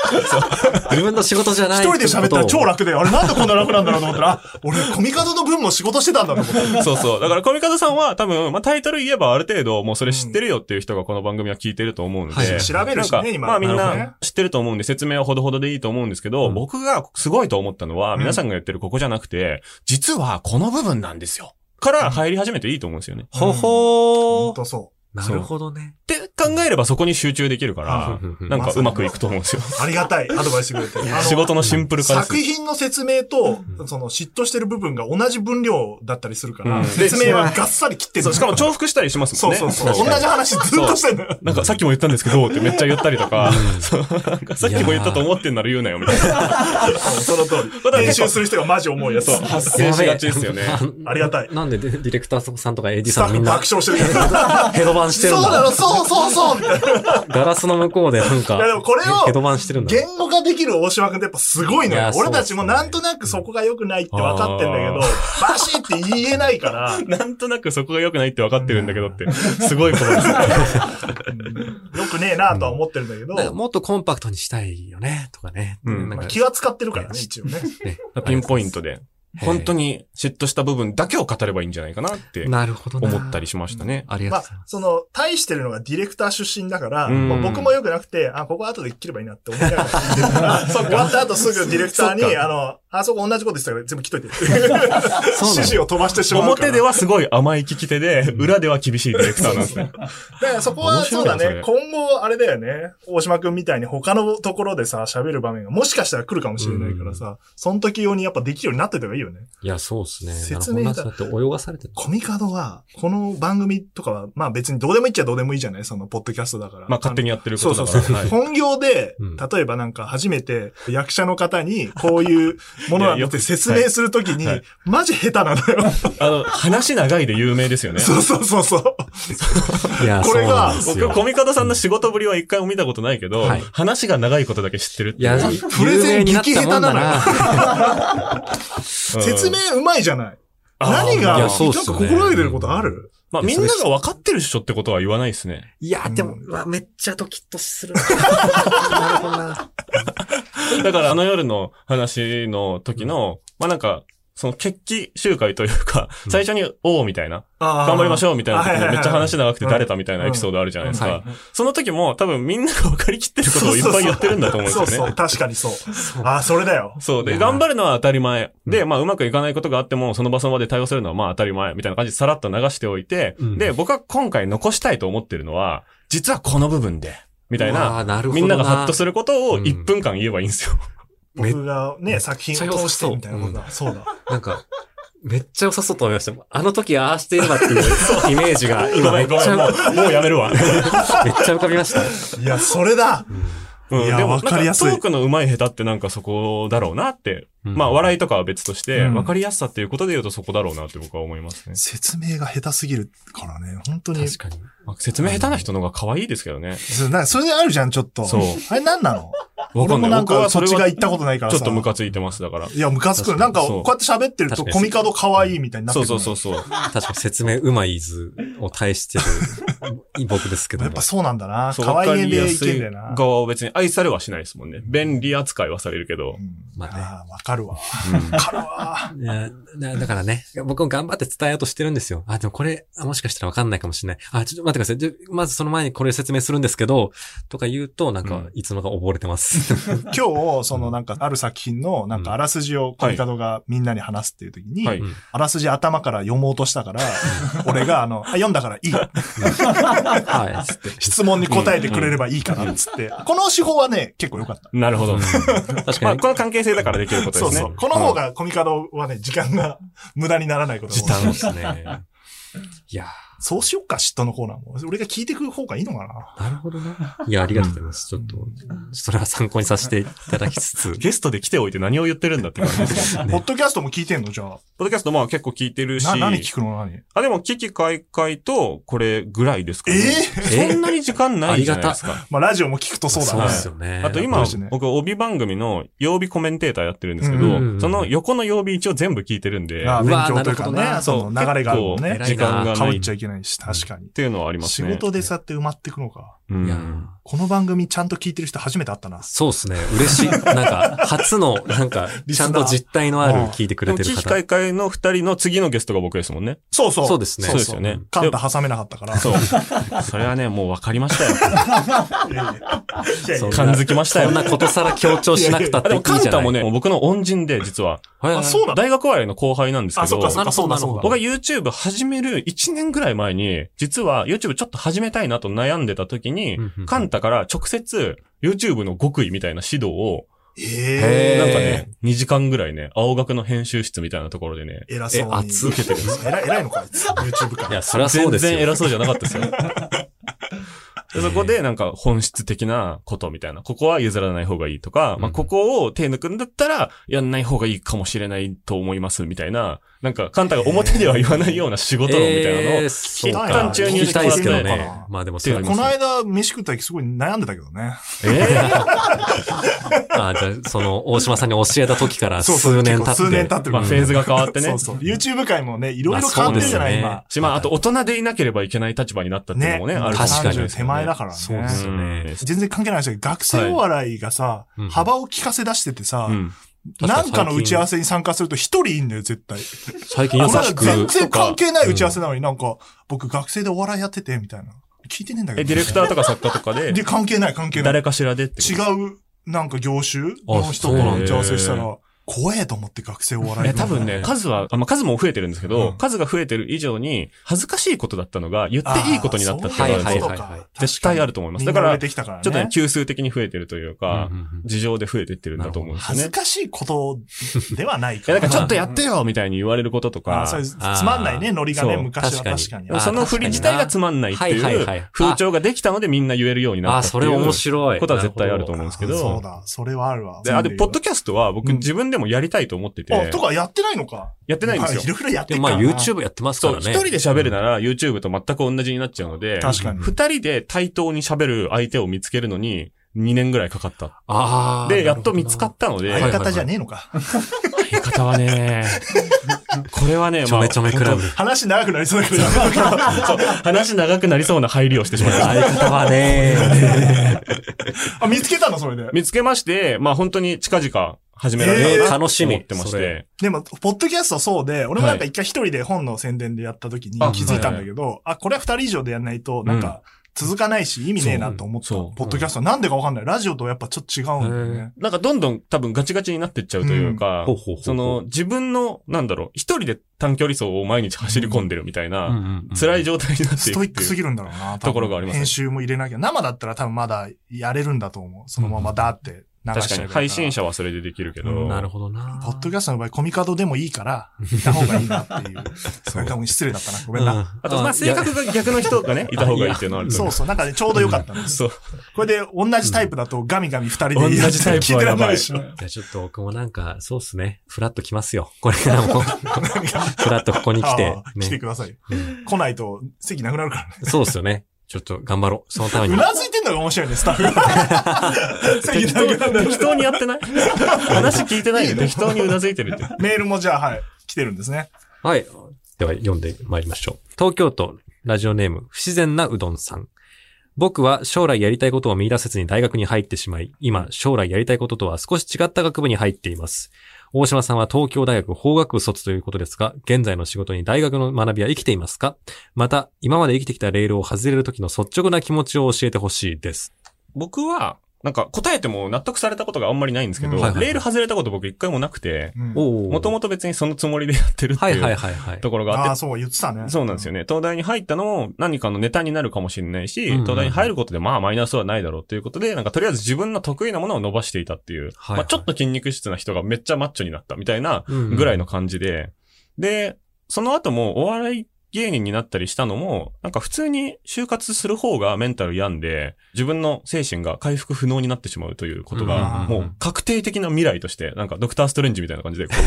[SPEAKER 2] 自分の仕事じゃない
[SPEAKER 1] 一人で喋ったら超楽で、あれなんでこんな楽なんだろうと思ったら、あ俺、コミカドの分も仕事してたんだと思って。
[SPEAKER 3] そうそう。だから、コミカドさんは多分、まあ、タイトル言えばある程度、もうそれ知ってるよっていう人がこの番組は聞いてると思うの
[SPEAKER 2] はい
[SPEAKER 3] で。
[SPEAKER 1] 調べるし
[SPEAKER 3] なん
[SPEAKER 1] ね、
[SPEAKER 3] か
[SPEAKER 1] 今。
[SPEAKER 3] まあみん
[SPEAKER 1] るほどね
[SPEAKER 3] な知ってると思うんで説明はほどほどでいいと思うんですけど、
[SPEAKER 2] うん
[SPEAKER 3] 僕がすごいと思ったのは、
[SPEAKER 1] うん
[SPEAKER 3] 皆さんが言ってるここじゃなくて、実はこの部分なんですよ。から入り始めていいと思うんですよね。
[SPEAKER 2] ほほ
[SPEAKER 1] ほん
[SPEAKER 2] ー。
[SPEAKER 1] とそ
[SPEAKER 2] なるほどね。
[SPEAKER 3] で、考えればそこに集中できるか
[SPEAKER 2] うん
[SPEAKER 3] ら、なんかうまくいくと思うんですよ。
[SPEAKER 1] ありがたい。アドバイスしてくれて。あの
[SPEAKER 3] 仕事のシンプル化です
[SPEAKER 1] 作。品の説明と、その嫉妬してる部分が同じ分量だったりするから、
[SPEAKER 3] うん
[SPEAKER 1] 説明はがっさり切ってる
[SPEAKER 3] そう、しかも重複したりしますも
[SPEAKER 1] そ
[SPEAKER 3] ん
[SPEAKER 1] う
[SPEAKER 3] ね。
[SPEAKER 1] そうそう。同じ
[SPEAKER 3] 確かに
[SPEAKER 1] 話ずっとしてんのよ。
[SPEAKER 3] なんかさっきも言ったんですけどってめっちゃ言ったりとか、そうなんかさっきも言ったと思ってんなら言うなよみたいな。
[SPEAKER 1] その通り。まだ練習する人がマジ重いやつ。
[SPEAKER 3] そう、発生しがちです よね。
[SPEAKER 1] ありがたい
[SPEAKER 2] なんでディレクターさんとか AD
[SPEAKER 1] スタ
[SPEAKER 2] さ
[SPEAKER 1] ッ
[SPEAKER 2] ん
[SPEAKER 1] フ
[SPEAKER 2] みん
[SPEAKER 1] 爆
[SPEAKER 2] な
[SPEAKER 1] 笑してるけど。
[SPEAKER 2] ヘドバンしてる
[SPEAKER 1] そ
[SPEAKER 2] ん
[SPEAKER 1] うなの、
[SPEAKER 2] だ。
[SPEAKER 1] そうそうそうみたいな。
[SPEAKER 2] ガラスの向こうでなんか
[SPEAKER 1] いやでもこれを、
[SPEAKER 2] ヘドバンしてるんだ。
[SPEAKER 1] 言語化できる大島くんってやっぱすごいの
[SPEAKER 2] い
[SPEAKER 1] よ
[SPEAKER 2] や。
[SPEAKER 1] 俺たちも
[SPEAKER 2] そうですね
[SPEAKER 1] なんとなくそこが良くないって分かってんだけど
[SPEAKER 3] あ、
[SPEAKER 1] バシって言えないから、
[SPEAKER 3] なんとなくそこが良くないって分かってるんだけどって、すごいことです。
[SPEAKER 1] 良くねえなとは思ってるんだけ
[SPEAKER 2] なんか
[SPEAKER 1] ど、
[SPEAKER 2] もっとコンパクトにしたいよね、とかね。
[SPEAKER 3] うん
[SPEAKER 1] ま
[SPEAKER 2] なん
[SPEAKER 1] あ
[SPEAKER 2] か
[SPEAKER 1] 気は使ってるからね、一応ね。
[SPEAKER 2] ね
[SPEAKER 3] ピンポイントで、本当に嫉妬した部分だけを語ればいいんじゃないかなって
[SPEAKER 2] なるほどな
[SPEAKER 3] 思ったりしましたね。
[SPEAKER 2] あり
[SPEAKER 1] ま
[SPEAKER 2] がとうござい
[SPEAKER 1] あ
[SPEAKER 2] ま、
[SPEAKER 1] その、対してるのがディレクター出身だから、
[SPEAKER 3] うん
[SPEAKER 1] まあ僕も良くなくて、あ、ここ後で切ればいいなって思いながら聞いてるから、終わった後すぐディレクター
[SPEAKER 3] そっ
[SPEAKER 1] に、
[SPEAKER 3] か
[SPEAKER 1] あの、あそこ同じこと言ってたから全部切っといて。 指示を飛ばしてしまうから。
[SPEAKER 3] 表ではすごい甘い聞き手で、裏では厳しいディレクターなんですね。
[SPEAKER 1] だからそこは
[SPEAKER 3] 面白
[SPEAKER 1] そう
[SPEAKER 3] いな
[SPEAKER 1] だね。
[SPEAKER 3] そ
[SPEAKER 1] 今後、あれだよね。大島くんみたいに他のところでさ、喋る場面がもしかしたら来るかもしれないからさ、その時用にやっぱできるようになってた方がいいよね。
[SPEAKER 2] す。いや、そうですね。
[SPEAKER 1] 説
[SPEAKER 2] 説
[SPEAKER 1] 明
[SPEAKER 2] 明
[SPEAKER 1] だ
[SPEAKER 2] だ。そうやって泳がされてる。
[SPEAKER 1] コミカドは、この番組とかは、まあ別にどうでもいいっちゃどうでもいいじゃないその、ポッドキャストだから。
[SPEAKER 3] まあ勝手にやってることだから。
[SPEAKER 1] そうそうそう。本業で
[SPEAKER 2] うん、
[SPEAKER 1] 例えばなんか初めて役者の方にこういうものなんだって説明するときに
[SPEAKER 3] いやよ、
[SPEAKER 1] マジ下手なの よ。
[SPEAKER 3] あの、話長いで有名ですよね。
[SPEAKER 1] そうそうそうそう。
[SPEAKER 2] いや、
[SPEAKER 1] これが
[SPEAKER 2] そうなん
[SPEAKER 3] 僕、
[SPEAKER 2] です
[SPEAKER 3] コ
[SPEAKER 2] よ。
[SPEAKER 3] ミカドさんの仕事ぶりは一回も見たことないけど、
[SPEAKER 2] はい
[SPEAKER 3] 話が長いことだけ知ってるって
[SPEAKER 2] い
[SPEAKER 3] い
[SPEAKER 2] や
[SPEAKER 3] う。、
[SPEAKER 1] プレゼン激下手なのよ
[SPEAKER 2] 有名にったもんだな。
[SPEAKER 3] うん
[SPEAKER 1] 説明うまいじゃない。
[SPEAKER 3] あー
[SPEAKER 1] 何が、
[SPEAKER 2] い
[SPEAKER 1] なん
[SPEAKER 2] や
[SPEAKER 1] か
[SPEAKER 2] そうっ
[SPEAKER 1] 心
[SPEAKER 2] すよね
[SPEAKER 1] がけてることある
[SPEAKER 3] まあ、みんなが分かってるっしょってことは言わないですね。
[SPEAKER 2] いや、でも、
[SPEAKER 1] うん
[SPEAKER 2] うわ、めっちゃドキッとする。なるほどな。
[SPEAKER 3] だからあの夜の話の時の、まあなんか、その決起集会というか、
[SPEAKER 2] うん
[SPEAKER 3] 最初に、おうみたいな、
[SPEAKER 1] 頑
[SPEAKER 3] 頑張りましょうみたいな時
[SPEAKER 1] あー
[SPEAKER 3] に
[SPEAKER 1] はいはいはい
[SPEAKER 3] めっちゃ話長くて誰だみたいなエピソードあるじゃないです
[SPEAKER 2] うん
[SPEAKER 3] か
[SPEAKER 2] は。
[SPEAKER 3] その時も多分みんなが分かりきってることをいっぱい言ってるんだと思うんです
[SPEAKER 1] そ
[SPEAKER 3] よ
[SPEAKER 1] うそう、
[SPEAKER 3] ね。
[SPEAKER 1] 確かにそう。ああ、それだよ。
[SPEAKER 3] そう。
[SPEAKER 2] う
[SPEAKER 3] で、
[SPEAKER 2] ん
[SPEAKER 3] 頑張るのは当たり前。で、まあ、うまくいかないことがあっても、その場その場で対応するのはまあ当たり前。みたいな感じでさらっと流しておいて、
[SPEAKER 2] うん
[SPEAKER 3] で、僕は今回残したいと思ってるのは、実はこの部分で、みたいな、
[SPEAKER 2] あなるほど
[SPEAKER 3] みんながハッとす
[SPEAKER 2] る。
[SPEAKER 3] ることを
[SPEAKER 2] うん
[SPEAKER 3] 1分間言えばいいんですよ。
[SPEAKER 2] め
[SPEAKER 1] 僕がね、作品を通してみたいなことだ。そうだ。
[SPEAKER 2] なんか、めっちゃ良さそうと思いました。あの時ああしていればっていうイメージが、
[SPEAKER 3] ご
[SPEAKER 2] 今
[SPEAKER 3] め
[SPEAKER 2] めっ
[SPEAKER 3] ん
[SPEAKER 2] ち
[SPEAKER 3] ごめん、
[SPEAKER 2] ゃ、
[SPEAKER 3] も
[SPEAKER 2] めっ
[SPEAKER 3] う、もうやめるわ。
[SPEAKER 2] ちゃ 浮かびました。
[SPEAKER 1] いや、それだ
[SPEAKER 3] うん
[SPEAKER 1] いや
[SPEAKER 3] でも
[SPEAKER 1] わかりやすい
[SPEAKER 3] なんトークの上手い下手ってなんかそこだろうなって。まあ、笑いとかは別として、
[SPEAKER 1] うん
[SPEAKER 3] わかりやすさっていうことで言うとそこだろうなって僕は思いますね。
[SPEAKER 1] 説明が下手すぎるからね、本当に。
[SPEAKER 2] 確かに。
[SPEAKER 3] まあ説明下手な人の方が可愛いですけどね。
[SPEAKER 1] そうなんかそれあるじゃん、ちょっと。
[SPEAKER 3] そう
[SPEAKER 1] あれ何なの
[SPEAKER 3] わかん
[SPEAKER 1] 俺も
[SPEAKER 3] ない。
[SPEAKER 1] なん
[SPEAKER 3] 僕
[SPEAKER 1] か、
[SPEAKER 3] は
[SPEAKER 1] そ
[SPEAKER 3] そ
[SPEAKER 1] っ
[SPEAKER 3] れ
[SPEAKER 1] ちが
[SPEAKER 3] は
[SPEAKER 1] 行ったことないから
[SPEAKER 3] ちょ
[SPEAKER 1] さ。
[SPEAKER 3] っとムカついてます、だから。
[SPEAKER 1] いや、ムカつくの。なんか、
[SPEAKER 3] そ
[SPEAKER 1] こ
[SPEAKER 3] う
[SPEAKER 1] うやって喋ってると、
[SPEAKER 2] 確かに
[SPEAKER 1] コミカド可愛いみたいになって
[SPEAKER 3] そ
[SPEAKER 1] く
[SPEAKER 3] う
[SPEAKER 1] る。
[SPEAKER 3] そうそうそう。
[SPEAKER 2] 確かに説明うまい図を対してる僕ですけど
[SPEAKER 1] やっ
[SPEAKER 2] も
[SPEAKER 1] ぱ。そうなんだな。
[SPEAKER 3] そう
[SPEAKER 1] 可
[SPEAKER 3] わか
[SPEAKER 1] 愛い
[SPEAKER 3] りや
[SPEAKER 1] でい
[SPEAKER 3] す
[SPEAKER 1] けん
[SPEAKER 3] い
[SPEAKER 1] だよな。
[SPEAKER 3] 側を別に愛されはしないですもんね。便利扱いはされるけ
[SPEAKER 1] う。
[SPEAKER 3] ど
[SPEAKER 1] ん
[SPEAKER 2] まあね
[SPEAKER 1] ああ、わかるわ。わ
[SPEAKER 3] うん
[SPEAKER 1] かるわ。
[SPEAKER 2] いやだだからね、僕も頑張って伝えようとしてるんですよ。あ、でもこれ、あもしかしたらわかんないかもしれない。あ、ちょっと待ってください。じゃまずその前にこれ説明するんですけど、とか言うと、なん
[SPEAKER 3] う
[SPEAKER 2] か
[SPEAKER 3] ん、
[SPEAKER 2] いつの間にか溺れてます。
[SPEAKER 1] 今日、そのなんか、ある作品の、なんか、あらすじをコミカドがみんなに話すっていう時に、
[SPEAKER 3] はい
[SPEAKER 2] うん
[SPEAKER 1] あらすじ頭から読もうとしたから、俺が、あの、あ読んだからいい。
[SPEAKER 2] はい、つって。
[SPEAKER 1] 質問に答えてくれればいいかな、つって。この手法はね、結構良かった。
[SPEAKER 3] なるほど。
[SPEAKER 2] 確
[SPEAKER 3] ま
[SPEAKER 2] か
[SPEAKER 3] あ、
[SPEAKER 2] に。
[SPEAKER 3] この関係性だからできることで
[SPEAKER 1] そう
[SPEAKER 3] すね。
[SPEAKER 1] そう。この方がコミカドはね、時間が無駄にならないことだ
[SPEAKER 2] 時
[SPEAKER 1] もん
[SPEAKER 2] 短ですね。いや
[SPEAKER 1] そうしよっか、嫉妬のコーナーも。俺が聞いてく方がいいのかな。
[SPEAKER 2] ー、なるほどな。いや、ありがとうございます。ちょっと、それは参考にさせていただきつつ。
[SPEAKER 3] ゲストで来ておいて何を言ってるんだって感じです けど。
[SPEAKER 1] ポッドキャストも聞いてんのじゃあ。
[SPEAKER 3] ポッドキャストまあ結構聞いてるし。
[SPEAKER 1] な、何聞くの何
[SPEAKER 3] あ、でも、危機開会と、これぐらいですかね。
[SPEAKER 1] え
[SPEAKER 2] え
[SPEAKER 3] そんなに時間ないじゃないですか。
[SPEAKER 1] まあ、ラジオも聞くとそうだ
[SPEAKER 2] そう
[SPEAKER 1] な
[SPEAKER 2] で。すよね。
[SPEAKER 3] あと
[SPEAKER 1] そ
[SPEAKER 3] 今
[SPEAKER 1] うですね、
[SPEAKER 3] 僕、帯番組の曜日コメンテーターやってるんですけ
[SPEAKER 1] うん
[SPEAKER 2] うんうんう
[SPEAKER 3] ど、
[SPEAKER 2] ん
[SPEAKER 3] その横の曜日一応全部聞いてるんで、
[SPEAKER 1] まあ、
[SPEAKER 3] っ
[SPEAKER 2] うわ
[SPEAKER 1] 勉強というか
[SPEAKER 2] なるほど
[SPEAKER 1] ね、
[SPEAKER 2] な
[SPEAKER 1] その流れがあるもん
[SPEAKER 3] そう
[SPEAKER 1] ね。
[SPEAKER 2] 結構
[SPEAKER 1] 時間
[SPEAKER 2] 偉い
[SPEAKER 1] が
[SPEAKER 2] な
[SPEAKER 1] 被っちゃいけないし、確かに。
[SPEAKER 3] ていうのはあります
[SPEAKER 1] 仕
[SPEAKER 3] ね。
[SPEAKER 1] 事でさって埋まってくのか。
[SPEAKER 3] うん
[SPEAKER 2] いやー
[SPEAKER 1] この番組ちゃんと聞いてる人初めて会ったな。
[SPEAKER 2] そうですね。嬉しい。なんか、初の、なんか、
[SPEAKER 1] リス
[SPEAKER 2] ち
[SPEAKER 1] ナ
[SPEAKER 2] ゃ
[SPEAKER 1] ー
[SPEAKER 2] んと実体のあ
[SPEAKER 1] うん
[SPEAKER 2] る聞いてく
[SPEAKER 3] で
[SPEAKER 2] れ
[SPEAKER 3] も、
[SPEAKER 2] てる
[SPEAKER 3] 地域
[SPEAKER 2] 方。
[SPEAKER 3] 大会の二人の次のゲストが僕ですもんね。
[SPEAKER 1] そうそう。
[SPEAKER 2] そうですね。
[SPEAKER 3] そうですよね。
[SPEAKER 1] カンタ挟めなかったから。
[SPEAKER 3] そう。それはね、もう分かりましたよ。
[SPEAKER 1] いやいやいや
[SPEAKER 2] そう
[SPEAKER 3] 感づきました
[SPEAKER 2] そ
[SPEAKER 3] よ
[SPEAKER 2] ん。なことさら強調しなくたっ
[SPEAKER 3] あ
[SPEAKER 2] て
[SPEAKER 3] で
[SPEAKER 2] いい
[SPEAKER 3] も、カン
[SPEAKER 2] じゃ
[SPEAKER 3] タ
[SPEAKER 2] ない。
[SPEAKER 3] もね、もう僕の恩人で、実は。
[SPEAKER 2] はいはい、
[SPEAKER 1] あ、そうなの
[SPEAKER 3] 大学笑いの後輩なんですけど。
[SPEAKER 1] あ、そっかそっか、そうだそうだ。
[SPEAKER 3] 僕が YouTube 始める1年ぐらい前に、実は YouTube ちょっと始めたいなと悩んでた時に
[SPEAKER 2] うんうんうん、
[SPEAKER 3] カンタから直接 YouTube の極意みたいな指導を、
[SPEAKER 1] ええ
[SPEAKER 2] へー
[SPEAKER 3] なんかね、2時間ぐらいね、青学の編集室みたいなところでね。
[SPEAKER 1] 偉そうに。
[SPEAKER 2] え熱
[SPEAKER 1] 受けてる。偉い、偉いのか、あいつ。YouTube か。
[SPEAKER 2] いや、そりゃそうですよ。
[SPEAKER 3] 全然偉そうじゃなかったです よ。でそこでなんか本質的なことみたいな、ここは譲らない方がいいとか、
[SPEAKER 2] う
[SPEAKER 3] まあ
[SPEAKER 2] ん
[SPEAKER 3] ここを手抜くんだったらやんない方がいいかもしれないと思いますみたいな、なんかカンタが表では言わないような仕事論みたいなのを
[SPEAKER 2] えーそう
[SPEAKER 3] 一
[SPEAKER 2] か
[SPEAKER 3] 旦注入
[SPEAKER 2] 聞き
[SPEAKER 3] して
[SPEAKER 2] たい
[SPEAKER 3] も
[SPEAKER 2] で
[SPEAKER 3] らっ
[SPEAKER 2] すけど
[SPEAKER 3] て、
[SPEAKER 2] ね。まあでもそうあり
[SPEAKER 1] こ
[SPEAKER 2] ます
[SPEAKER 1] の
[SPEAKER 2] ね。
[SPEAKER 1] 間、飯食った時すごい悩んでたけどね。
[SPEAKER 2] あじゃあ、その、大島さんに教えた時から
[SPEAKER 1] そうそう
[SPEAKER 2] 数年経っ
[SPEAKER 1] 結
[SPEAKER 2] て。
[SPEAKER 1] 構数年経ってる
[SPEAKER 3] まあフェーズが変わってね
[SPEAKER 1] そ。うそう。YouTube 界もね、いろいろ変わってるじゃない、
[SPEAKER 2] まあ
[SPEAKER 1] 今。
[SPEAKER 3] し、まあ、あと大人でいなければいけない立場になったっていうの
[SPEAKER 1] ね
[SPEAKER 3] もね、ある
[SPEAKER 2] 確かに
[SPEAKER 1] 30手前だからね。
[SPEAKER 2] そうですよね。
[SPEAKER 1] 全然関係ない話だけど、学生お笑いがさ
[SPEAKER 2] いうん、
[SPEAKER 1] 幅を利かせ出しててさ
[SPEAKER 3] う、ん。
[SPEAKER 1] なんかの打ち合わせに参加すると一人いんのよ、絶対。
[SPEAKER 2] 最近よ
[SPEAKER 1] 俺
[SPEAKER 2] く
[SPEAKER 1] ら
[SPEAKER 2] 聞
[SPEAKER 1] 全
[SPEAKER 2] く。
[SPEAKER 1] 然関係ない打ち合わせなのになんか、僕学生でお笑いやってて、みたいな。聞いてねえんだけ
[SPEAKER 3] え、
[SPEAKER 1] ど。
[SPEAKER 3] ディレクターとか作家とか で
[SPEAKER 1] で、、関係ない、関係ない。
[SPEAKER 3] 誰かしらでってこと。
[SPEAKER 1] 違う、なんか業種の人と
[SPEAKER 2] あそう
[SPEAKER 1] 打ち合わせしたら、怖えと思って学生お笑い。
[SPEAKER 3] え、多分ね、数は、あまあ、数も増えてるんですけ
[SPEAKER 1] う
[SPEAKER 3] ど、
[SPEAKER 1] ん
[SPEAKER 3] 数が増えてる以上に、恥ずかしいことだったのが、言って
[SPEAKER 1] あー、
[SPEAKER 3] いいことになったっていうのが
[SPEAKER 2] はい
[SPEAKER 3] あるん
[SPEAKER 2] は
[SPEAKER 3] で
[SPEAKER 2] い
[SPEAKER 3] す
[SPEAKER 2] は
[SPEAKER 3] よ
[SPEAKER 2] い
[SPEAKER 1] そうか
[SPEAKER 3] 絶対あると思います
[SPEAKER 1] みんな
[SPEAKER 3] だから
[SPEAKER 1] 売れてきたからね
[SPEAKER 3] ちょっとね、急数的に増えてるというか
[SPEAKER 2] うん、うん
[SPEAKER 3] 事情で増えてってるんだと思うんですよ
[SPEAKER 1] 恥ず
[SPEAKER 3] ね。
[SPEAKER 1] かしいことではない
[SPEAKER 3] い
[SPEAKER 1] か
[SPEAKER 3] や、
[SPEAKER 1] ら。
[SPEAKER 3] なんかちょっとやってよみたいに言われることと
[SPEAKER 1] あ
[SPEAKER 3] か、
[SPEAKER 1] そうですつ
[SPEAKER 2] あー
[SPEAKER 1] まんないね、ノリがね、
[SPEAKER 3] そう
[SPEAKER 1] 昔は確
[SPEAKER 2] 確
[SPEAKER 1] か
[SPEAKER 2] か
[SPEAKER 1] に
[SPEAKER 2] に。
[SPEAKER 1] あ
[SPEAKER 3] その振り自体がつまんないって
[SPEAKER 2] はい
[SPEAKER 3] い
[SPEAKER 2] は
[SPEAKER 3] う
[SPEAKER 2] いはい
[SPEAKER 3] 風潮ができたのでみんな言えるように
[SPEAKER 2] うんあ
[SPEAKER 3] な
[SPEAKER 2] あ、
[SPEAKER 3] ったって
[SPEAKER 2] そ
[SPEAKER 3] い
[SPEAKER 2] れ面
[SPEAKER 3] う
[SPEAKER 2] 白い。
[SPEAKER 3] ことは絶対あると
[SPEAKER 2] な
[SPEAKER 3] 思う
[SPEAKER 2] ほ
[SPEAKER 3] んですけ
[SPEAKER 1] そう
[SPEAKER 3] ど。
[SPEAKER 1] だ、それはあるわ。
[SPEAKER 3] で、あ、で、ポッド
[SPEAKER 1] キ
[SPEAKER 3] キャストは僕
[SPEAKER 1] うん
[SPEAKER 3] 自分でもやりたいと思ってて、
[SPEAKER 1] とかやってないのか。
[SPEAKER 3] やってないんですよ
[SPEAKER 1] まあい。ろいろやっ
[SPEAKER 2] ど。
[SPEAKER 1] て
[SPEAKER 2] で
[SPEAKER 1] る
[SPEAKER 2] も
[SPEAKER 1] から
[SPEAKER 2] まあ
[SPEAKER 1] な
[SPEAKER 2] YouTube やってますか
[SPEAKER 3] そう、
[SPEAKER 2] ら
[SPEAKER 3] 一
[SPEAKER 2] ね。
[SPEAKER 3] 人で喋るなら YouTube と全く同じになっちゃうので、
[SPEAKER 1] 確かに。
[SPEAKER 3] 二人で対等に喋る相手を見つけるのに2年ぐらいかかった。
[SPEAKER 2] ああ。
[SPEAKER 3] で、やっと見つか
[SPEAKER 2] っ
[SPEAKER 3] ったので、
[SPEAKER 2] はいはい
[SPEAKER 1] 相方じゃねえのか。
[SPEAKER 3] 相方は ね、これはね、
[SPEAKER 2] ち
[SPEAKER 3] ま
[SPEAKER 2] ょ
[SPEAKER 3] あ
[SPEAKER 2] めちょめクラブ。
[SPEAKER 1] 話長くなりそうだけど、やめとくわ
[SPEAKER 3] そう話長くなりそうな入りをしてしまいました。
[SPEAKER 2] 相方はね、
[SPEAKER 1] あ、見つけたの、それで。
[SPEAKER 3] 見つけまして、まあ本当に近々始められ
[SPEAKER 1] え
[SPEAKER 3] る
[SPEAKER 1] ー
[SPEAKER 3] な
[SPEAKER 2] 楽しみ
[SPEAKER 3] 思ってまし
[SPEAKER 2] そ
[SPEAKER 3] て
[SPEAKER 2] れ。
[SPEAKER 1] でも、ポッドキャストそうで、俺もなんか一回一人で本の宣伝でやった時に
[SPEAKER 3] はい
[SPEAKER 1] 気づいたんだけど、あ、これは二人以上でやんないと、なんか、続かないし、意味ねえなと思った。
[SPEAKER 3] そうそう
[SPEAKER 1] ポッドキャストなんでかわかんない。ラジオとやっぱちょっと違うんだよね。
[SPEAKER 3] なんかどんどん多分ガチガチになってっちゃうというか、
[SPEAKER 2] ほうほうほうほう
[SPEAKER 3] その自分の、なんだろう、一人で短距離走を毎日走り込んでるみたいな、辛い状態になって
[SPEAKER 1] ス
[SPEAKER 3] い
[SPEAKER 1] ト
[SPEAKER 3] く
[SPEAKER 1] イ
[SPEAKER 3] っ
[SPEAKER 1] ッ
[SPEAKER 3] て
[SPEAKER 1] ク
[SPEAKER 3] いう
[SPEAKER 1] すぎるんだろうな、多分
[SPEAKER 3] ところがありますね
[SPEAKER 1] 編集も入れなきゃ。生だったら多分まだやれるんだと思う。そのままだって流し
[SPEAKER 3] 確
[SPEAKER 1] ちゃ
[SPEAKER 3] か
[SPEAKER 1] えばいい
[SPEAKER 3] に
[SPEAKER 1] ら
[SPEAKER 3] 配信。者はそれでできるけど、
[SPEAKER 1] うん
[SPEAKER 2] なるほどな。
[SPEAKER 1] ポッドキャストの場合、コミカドでもいいから、いた方がいいなって いう。なんかもう失礼だったな。ごめんな。
[SPEAKER 2] な
[SPEAKER 3] あと、まあ、性格が逆の人が ね、いた方がいいっていうのはあると
[SPEAKER 1] そ
[SPEAKER 3] 思
[SPEAKER 1] うそう。なんかね、ちょうどよかったんです。
[SPEAKER 3] そう。
[SPEAKER 1] これで同じタイプだとガミガミ二人で
[SPEAKER 3] 同じタイプはやばい。
[SPEAKER 1] 聞てらんなし
[SPEAKER 2] いや、ちょっと僕もなんか、そうっすね。フラッと来ますよ。これから も。フラッとここに来て
[SPEAKER 1] あ。あ来て
[SPEAKER 2] ね、
[SPEAKER 1] ください。
[SPEAKER 2] うん
[SPEAKER 1] 来ないと席なくなるからね。
[SPEAKER 2] そうっすよね。ちょっと頑張ろう。そのため
[SPEAKER 1] う
[SPEAKER 2] に。
[SPEAKER 1] なずいてんのが面白いね、スタッフ が。席なくなる
[SPEAKER 3] 適当にやって ない話聞いてないよ。適当にうなずいてるって。
[SPEAKER 1] メールもじゃあ、はい、来てるんですね。
[SPEAKER 2] はい。では読んでまいりましょう。東京都、ラジオネーム、不自然なうどんさん。僕は将来やりたいことを見出せずに大学に入ってしまい、今、将来やりたいこととは少し違った学部に入っています。大島さんは東京大学法学部卒ということですが、現在の仕事に大学の学びは生きていますかまた、今まで生きてきたレールを外れる時の率直な気持ちを教えてほしいです。
[SPEAKER 3] 僕は、なんか答えても納得されたことがあんまりないんですけ
[SPEAKER 1] う
[SPEAKER 3] ど、
[SPEAKER 1] ん
[SPEAKER 2] はいはい
[SPEAKER 3] レール外れたこと僕一回もなくて、
[SPEAKER 1] うん
[SPEAKER 2] お
[SPEAKER 3] もともと別にそのつもりでやってるって
[SPEAKER 2] はいいはいうはいはい。
[SPEAKER 3] ところがあって
[SPEAKER 1] ああ、、そう、言ってたね。
[SPEAKER 3] そうなんですよね。東大に入ったのも何かのネタになるかもしれないし、
[SPEAKER 2] うんうん
[SPEAKER 3] 東大に入ることでまあマイナスはないだろうということで、なんかとりあえず自分の得意なものを伸ばしていたっていう、
[SPEAKER 2] はいはい
[SPEAKER 3] まあちょっと筋肉質な人がめっちゃマッチョになったみたいな
[SPEAKER 2] うん
[SPEAKER 3] ぐらいの感じで、で、その後もお笑い芸人になったりしたのも、なんか普通に就活する方がメンタル病んで、自分の精神が回復不能になってしまうということが、
[SPEAKER 1] うん
[SPEAKER 3] もう確定的な未来として、なんかドクターストレンジみたいな感じでこう、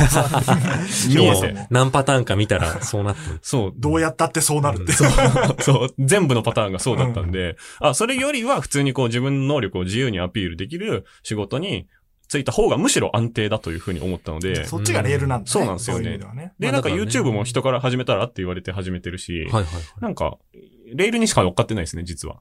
[SPEAKER 3] 見えて。
[SPEAKER 2] 何パターンか見たら、そうなってる
[SPEAKER 3] そう、
[SPEAKER 1] どうやったってそうなるって。
[SPEAKER 3] そう、そう、全部のパターンがそうだったんで、あ、それよりは普通にこう自分の能力を自由にアピールできる仕事に就いた方がむしろ安定だというふうに思ったの で、
[SPEAKER 1] そっちがレールなんだね。
[SPEAKER 3] そうなんですよ
[SPEAKER 1] そ
[SPEAKER 3] ね
[SPEAKER 1] ういう意味ではね。
[SPEAKER 3] で、
[SPEAKER 2] ま
[SPEAKER 3] なん
[SPEAKER 2] あ
[SPEAKER 3] か
[SPEAKER 2] だからね
[SPEAKER 3] YouTube も人から始めたらって言われて始めてるし、
[SPEAKER 2] はいはいはい。
[SPEAKER 3] なんか、レールにしか乗っかってないですね、実は。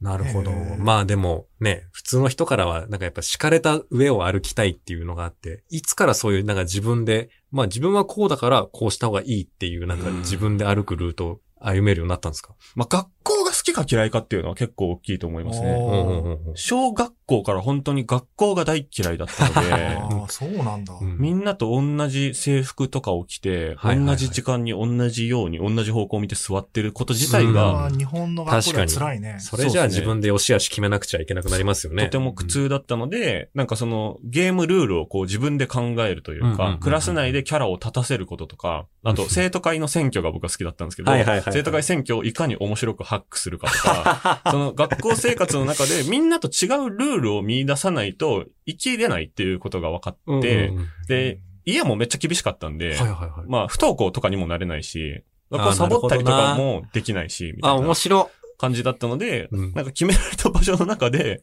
[SPEAKER 2] なるほど
[SPEAKER 1] へ。ー
[SPEAKER 2] まあでもね、普通の人からはなんかやっぱ敷かれた上を歩きたいっていうのがあって、いつからそういうなんか自分で、まあ自分はこうだからこうした方がいいっていうなんか
[SPEAKER 3] うん
[SPEAKER 2] 自分で歩くルートを歩めるようになったんですか
[SPEAKER 3] まあ、学校が好きか嫌いかっていうのは結構大きいと思います
[SPEAKER 1] お
[SPEAKER 3] ね。
[SPEAKER 2] うんうんうんうん
[SPEAKER 3] 小学校から本当に学校が大嫌いだったの で、
[SPEAKER 1] ああ、そうなんだ。
[SPEAKER 2] うん
[SPEAKER 3] みんなと同じ制服とかを着て、
[SPEAKER 2] はいはいはい
[SPEAKER 3] 同じ時間に同じように同じ方向を見て座ってること自
[SPEAKER 1] そ
[SPEAKER 3] 体
[SPEAKER 1] れ
[SPEAKER 3] が、
[SPEAKER 1] は日本の学校では辛いね。
[SPEAKER 2] それじゃあ
[SPEAKER 3] そうですね
[SPEAKER 2] 自分で良し悪し決めなくちゃいけなくなりますよね。
[SPEAKER 3] とても苦痛だったので、なんかそのゲームルールをこう自分で考えるとい
[SPEAKER 2] うんう
[SPEAKER 3] うん
[SPEAKER 2] うんう
[SPEAKER 3] か
[SPEAKER 2] ん、
[SPEAKER 3] クラス内でキャラを立たせることとか、あと生徒会の選挙が僕は好きだったんですけど、
[SPEAKER 2] はいはいはいはい
[SPEAKER 3] 生徒会選挙をいかに面白くハックするかとか、 その学校生活の中でみんなと違うルールを見出さないと生きれないっていうことが分か
[SPEAKER 2] うん。
[SPEAKER 3] って、
[SPEAKER 2] うんうんう
[SPEAKER 3] で、家もめっちゃ厳しかったん
[SPEAKER 2] んは
[SPEAKER 3] で、
[SPEAKER 2] いはいはい。
[SPEAKER 3] まあ、不登校とかにもなれないし、
[SPEAKER 2] あー
[SPEAKER 3] 学校サボったりと
[SPEAKER 2] な
[SPEAKER 3] か
[SPEAKER 2] るほ
[SPEAKER 3] もできないし、み
[SPEAKER 2] あ、
[SPEAKER 3] たいな
[SPEAKER 2] 面白。
[SPEAKER 3] 感じだったので、
[SPEAKER 2] うん
[SPEAKER 3] なんか決められた場所の中で、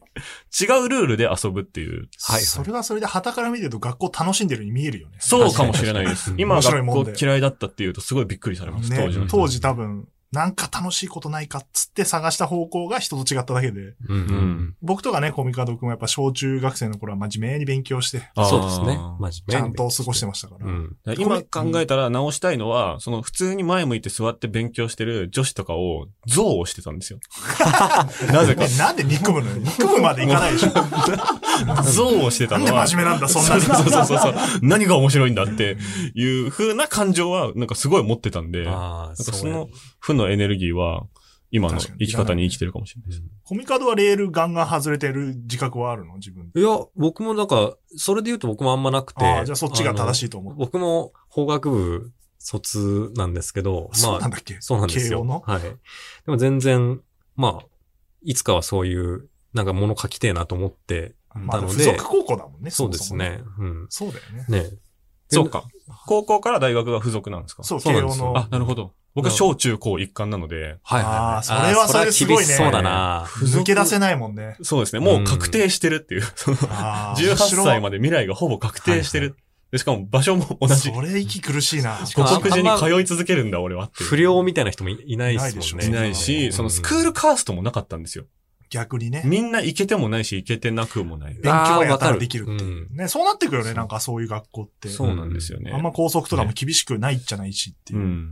[SPEAKER 3] 違うルールで遊ぶっていう。
[SPEAKER 2] はいはい
[SPEAKER 1] それはそれで旗から見てると学校楽しんでるように見えるよね。
[SPEAKER 3] そうかもしれないで
[SPEAKER 2] 確か
[SPEAKER 3] す。
[SPEAKER 2] に
[SPEAKER 3] 今
[SPEAKER 1] 面白い
[SPEAKER 3] 学
[SPEAKER 1] もんで
[SPEAKER 3] 校嫌いだったっていうとすごいびっくりされます、当時の
[SPEAKER 1] ね
[SPEAKER 3] 人。
[SPEAKER 1] 当時多分、なんか楽しいことないかっつって探した方向が人と違っただけで。
[SPEAKER 2] うんうんうん
[SPEAKER 1] 僕とかね、コミカド君はやっぱ小中学生の頃は真面目に勉強して、
[SPEAKER 3] あー
[SPEAKER 2] そうですね。真
[SPEAKER 1] ちゃ
[SPEAKER 2] 面目
[SPEAKER 1] ん
[SPEAKER 2] に
[SPEAKER 1] と過ごしてましたから。
[SPEAKER 2] うん。
[SPEAKER 3] 今考えたら直したいのは、その普通に前向いて座って勉強してる女子とかを、憎悪してた んですよ。なぜか
[SPEAKER 1] ね。なんで憎むのよ憎むまでいかないでしょ。
[SPEAKER 3] 憎悪して
[SPEAKER 1] な
[SPEAKER 3] た
[SPEAKER 1] ん
[SPEAKER 3] の
[SPEAKER 1] で
[SPEAKER 3] は。
[SPEAKER 1] 真面目なんだ、そんなに。
[SPEAKER 3] そうそうそうそう。何が面白いんだっていう風な感情は、なんかすごい持ってたんで、なんか
[SPEAKER 2] ああ、
[SPEAKER 3] そ
[SPEAKER 2] そうや
[SPEAKER 3] の負のエネルギーは、今の
[SPEAKER 1] 確か
[SPEAKER 3] 生
[SPEAKER 1] に
[SPEAKER 3] き方に生きてるかもしれないです。
[SPEAKER 1] コミカドはレールガンガン外れてる自覚はあるの自分で。
[SPEAKER 2] いや、僕もなんか、それで言うと僕もあんまなくて。
[SPEAKER 1] ああ、じゃあそっちが正し
[SPEAKER 2] い。
[SPEAKER 1] いと思う。
[SPEAKER 2] 僕も法学部卒なんですけど、
[SPEAKER 1] そうなんだっけ
[SPEAKER 2] そうなんです
[SPEAKER 1] 慶
[SPEAKER 2] よ。
[SPEAKER 1] 応の
[SPEAKER 2] はい。でも全然、まあ、いつかはそういう、なんか物書きてえなと思って
[SPEAKER 1] ま
[SPEAKER 2] た
[SPEAKER 1] あ、
[SPEAKER 2] の
[SPEAKER 1] 付
[SPEAKER 2] で、
[SPEAKER 1] 属高校だもんね。
[SPEAKER 2] そう
[SPEAKER 1] も
[SPEAKER 2] で
[SPEAKER 1] も
[SPEAKER 2] すね。。うん。
[SPEAKER 1] そうだよね。
[SPEAKER 2] ね
[SPEAKER 3] そうか。高校から大学が付属なんですか
[SPEAKER 1] そう
[SPEAKER 2] そうなんです
[SPEAKER 1] 慶応
[SPEAKER 2] よ
[SPEAKER 1] の
[SPEAKER 3] あ、なるほど。僕は小中高一貫なので、
[SPEAKER 2] はいはいはい。
[SPEAKER 1] ああそれはそれすごいね
[SPEAKER 2] あーそれは厳しそうだな。
[SPEAKER 1] 抜け出せないもんね。
[SPEAKER 3] そうですね。もう確定してるっていう。その
[SPEAKER 1] ああ
[SPEAKER 3] 18歳ま
[SPEAKER 1] で。
[SPEAKER 3] で未来がほぼ確定して
[SPEAKER 2] は
[SPEAKER 3] る。でしかも場所も同じ。
[SPEAKER 1] それ息苦しいな。
[SPEAKER 2] か
[SPEAKER 3] 国
[SPEAKER 2] も
[SPEAKER 3] 寺に通い続けるんだ、俺はっていう。
[SPEAKER 2] 不良みたいな人もいいないですもんね。
[SPEAKER 1] い
[SPEAKER 3] い
[SPEAKER 1] な
[SPEAKER 3] ないい
[SPEAKER 1] でしょ
[SPEAKER 3] し、そのスクールカーストもなかったんですよ。
[SPEAKER 1] 逆にね。
[SPEAKER 3] みんな行けてもないし、行けてなくもない。
[SPEAKER 1] 勉強やった
[SPEAKER 2] あーわからる
[SPEAKER 1] できるっていう。
[SPEAKER 2] う
[SPEAKER 1] ね、そうなってくよね、なんかそういう学校って。
[SPEAKER 3] そうなんですよね。
[SPEAKER 1] あんま校則とかも厳しくないっちゃないしっていうう。
[SPEAKER 3] ん。